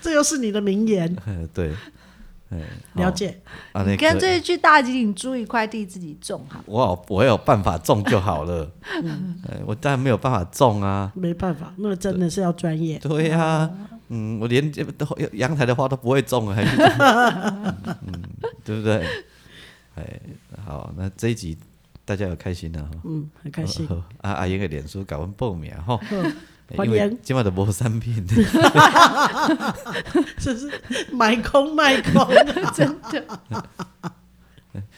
[SPEAKER 2] 这又是你的名言，
[SPEAKER 1] 哎 对，哎，好
[SPEAKER 2] 了，解。
[SPEAKER 1] 啊，那
[SPEAKER 3] 你干脆去大吉岭租一块地自己种哈。
[SPEAKER 1] 我有我有办法种就好了。
[SPEAKER 2] 嗯
[SPEAKER 1] 哎我当然没有办法种啊。
[SPEAKER 2] 没办法，那真的是要专业。
[SPEAKER 1] 对呀、嗯，我连这都阳台的花都不会种，啊还去种 嗯，对不对？哎，好，那这一集大家有开心啊了哈。
[SPEAKER 2] 嗯，很开心。
[SPEAKER 1] 好 啊，阿英的脸书搞阮报名吼，
[SPEAKER 2] 欢
[SPEAKER 1] 因为
[SPEAKER 2] 迎
[SPEAKER 1] 今晚都无产品，
[SPEAKER 2] 这是买空卖空，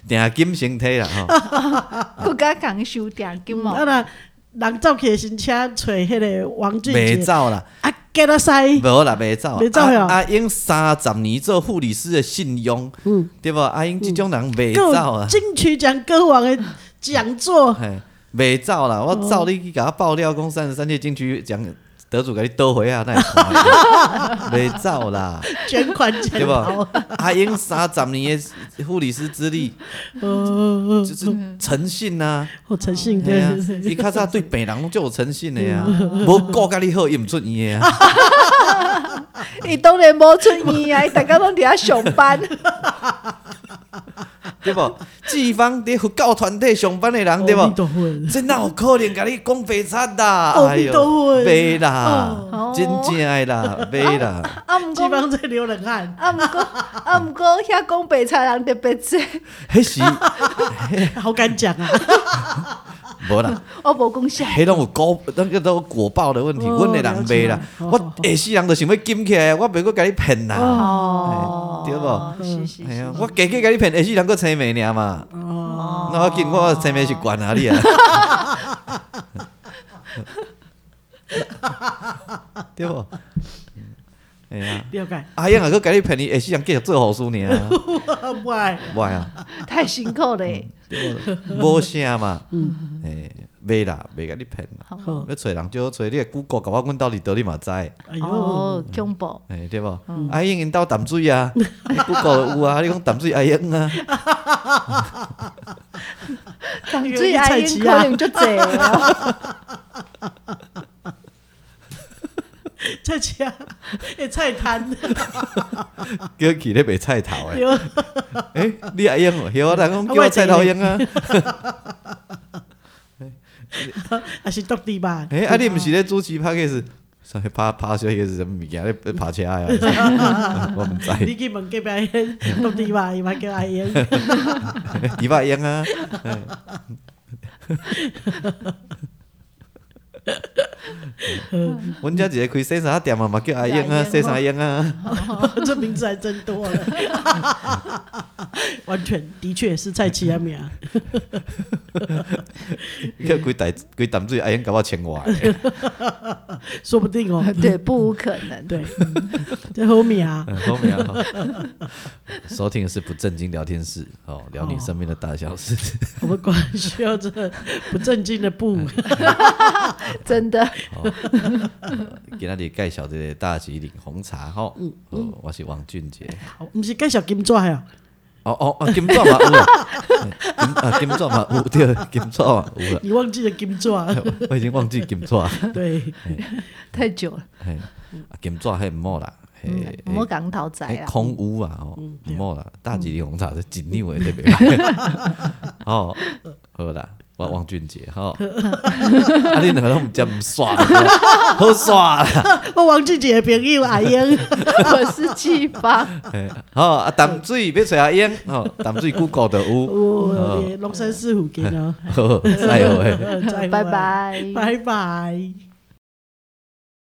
[SPEAKER 1] 定金身体啦吼，
[SPEAKER 3] 不敢讲修点金毛
[SPEAKER 2] 啊，那人走起新车找迄个王俊
[SPEAKER 1] 未
[SPEAKER 2] 杰
[SPEAKER 1] 走啦，
[SPEAKER 2] 啊，给他塞，
[SPEAKER 1] 无啦，未走，
[SPEAKER 2] 袂走
[SPEAKER 1] 啊
[SPEAKER 2] 呀
[SPEAKER 1] 阿英三十年做护理师的信用，
[SPEAKER 2] 嗯
[SPEAKER 1] 对吧？阿英这种人未
[SPEAKER 2] 还有
[SPEAKER 1] 走啊。
[SPEAKER 2] 金曲奖歌王的讲座，
[SPEAKER 1] 嘿，袂走啦，我
[SPEAKER 2] 哦
[SPEAKER 1] 走你去甲我爆料，讲三十三届金曲奖得主甲你倒回 啊，那袂走啦，
[SPEAKER 2] 捐款潜
[SPEAKER 1] 对
[SPEAKER 2] 逃
[SPEAKER 1] 不，？阿英三十年的护理师资历，
[SPEAKER 2] 哦，
[SPEAKER 1] 就是诚信呐、
[SPEAKER 2] 我诚信
[SPEAKER 1] 对啊
[SPEAKER 2] 嗯对，对，嗯
[SPEAKER 1] 伊较早对病人就有诚信的呀、啊， 无顾甲你好，伊毋出伊的啊，
[SPEAKER 3] 伊哎当然无出院啊，伊大家拢伫遐上 班，
[SPEAKER 1] 对不？志方伫佛教团体上班的人，对
[SPEAKER 2] 哦你
[SPEAKER 1] 不？
[SPEAKER 2] 都 会，
[SPEAKER 1] 真哪有可能甲你讲白贼啦？
[SPEAKER 2] 哦
[SPEAKER 1] 哎
[SPEAKER 2] 你都
[SPEAKER 1] 呦，
[SPEAKER 2] 会
[SPEAKER 1] 袂啦
[SPEAKER 3] 哦，
[SPEAKER 1] 真正的 啦，袂啦。
[SPEAKER 3] 啊毋
[SPEAKER 2] 地
[SPEAKER 3] 过
[SPEAKER 2] 方在流冷汗，
[SPEAKER 3] 啊毋过啊毋过遐讲白菜人特别济，
[SPEAKER 1] 迄时
[SPEAKER 2] 好敢讲啊！
[SPEAKER 1] 无啦，
[SPEAKER 3] 我无讲啥，
[SPEAKER 1] 迄拢有果那个都有果报的问题，
[SPEAKER 2] 哦
[SPEAKER 1] 阮的人袂啦
[SPEAKER 2] 了，解好好
[SPEAKER 1] 我下世人就想要金起来，我袂阁甲你骗啦，
[SPEAKER 3] 哦
[SPEAKER 1] 哎对不
[SPEAKER 3] 是是
[SPEAKER 1] 哎呀
[SPEAKER 3] 是，，
[SPEAKER 1] 我加加甲你骗，下世人阁青梅尔嘛，
[SPEAKER 2] 哦，
[SPEAKER 1] 那我见我青梅是管 哪里啊？对不？哎呀，
[SPEAKER 2] 了解，
[SPEAKER 1] 阿英啊，阁甲你骗，你下世人继续做护士尔，
[SPEAKER 2] 喂，
[SPEAKER 1] 哇啊，
[SPEAKER 3] 太辛苦嘞，
[SPEAKER 1] 对无无啥嘛，哎，袂啦，袂甲你骗啦，
[SPEAKER 2] 好，
[SPEAKER 1] 要找人就找你的 Google，甲我阮到底倒你嘛知。
[SPEAKER 2] 哎呦，
[SPEAKER 3] 哦，恐怖，
[SPEAKER 1] 哎、对无？阿英因兜淡水 啊，Google 有啊，你讲淡水阿英啊，
[SPEAKER 3] 当水阿英
[SPEAKER 2] 啊
[SPEAKER 3] 可能就济啊，
[SPEAKER 2] 菜车，哎，菜摊，
[SPEAKER 1] 叫去咧卖菜头 诶。
[SPEAKER 2] 对
[SPEAKER 1] 哎、你阿英哦，对啊，人讲叫我菜头英啊。
[SPEAKER 2] 还是到地吧？
[SPEAKER 1] 啊 哎、啊，你毋是咧主持 p a c k a g e 所以拍拍小迄个是什物物件咧咧拍 车啊？我毋
[SPEAKER 2] 你
[SPEAKER 1] 知，
[SPEAKER 2] 去问隔壁烟，到底吧，伊嘛叫阿 烟，
[SPEAKER 1] 猪肉烟 啊，阮遮一个开洗衫店啊，嘛叫阿英啊，洗衫英啊，
[SPEAKER 2] 这名字还真多了， 完全的确是蔡奇阿米啊，
[SPEAKER 1] 叫规台规淡水阿英甲我穿 我的，
[SPEAKER 2] 说不定哦，
[SPEAKER 3] 对，不无可能。
[SPEAKER 2] 对，这后面啊，
[SPEAKER 1] 嗯好命哦。收听的是不正经聊天室，哦，聊你身边的大小事。
[SPEAKER 2] 我们果然需要这不正经的不，
[SPEAKER 1] 哎
[SPEAKER 3] 真的，
[SPEAKER 1] 今仔日介绍这个大吉岭红茶吼，哦，我是王俊杰。
[SPEAKER 2] 不是介绍金啊爪呀，
[SPEAKER 1] 哦哦哦，金爪嘛有啊，金啊金爪嘛有对，金爪嘛有啊，
[SPEAKER 2] 你忘记了金爪，
[SPEAKER 1] 哎我已经忘记金爪，
[SPEAKER 2] 对，
[SPEAKER 3] 太久了，
[SPEAKER 1] 嘿，啊金爪迄毋好啦，嘿，
[SPEAKER 3] 我
[SPEAKER 1] 哎
[SPEAKER 3] 们港讨仔
[SPEAKER 1] 迄
[SPEAKER 3] 啊，
[SPEAKER 1] 空屋啊吼，毋好啦，大吉岭红茶是真牛诶，特别歹， 哦，好啦。我王俊杰吼，啊你两个拢毋接毋煞，好煞啦！
[SPEAKER 2] 我王俊杰的朋友阿 英，
[SPEAKER 3] 我是季芳，
[SPEAKER 1] 嘿好啊，淡水要找阿英，吼，淡水 Google 就有。
[SPEAKER 2] 哦我龙山寺虎给呢，
[SPEAKER 1] 哦
[SPEAKER 2] 啊
[SPEAKER 1] 好，再 会。
[SPEAKER 2] 再会
[SPEAKER 3] 拜拜。
[SPEAKER 2] 拜拜。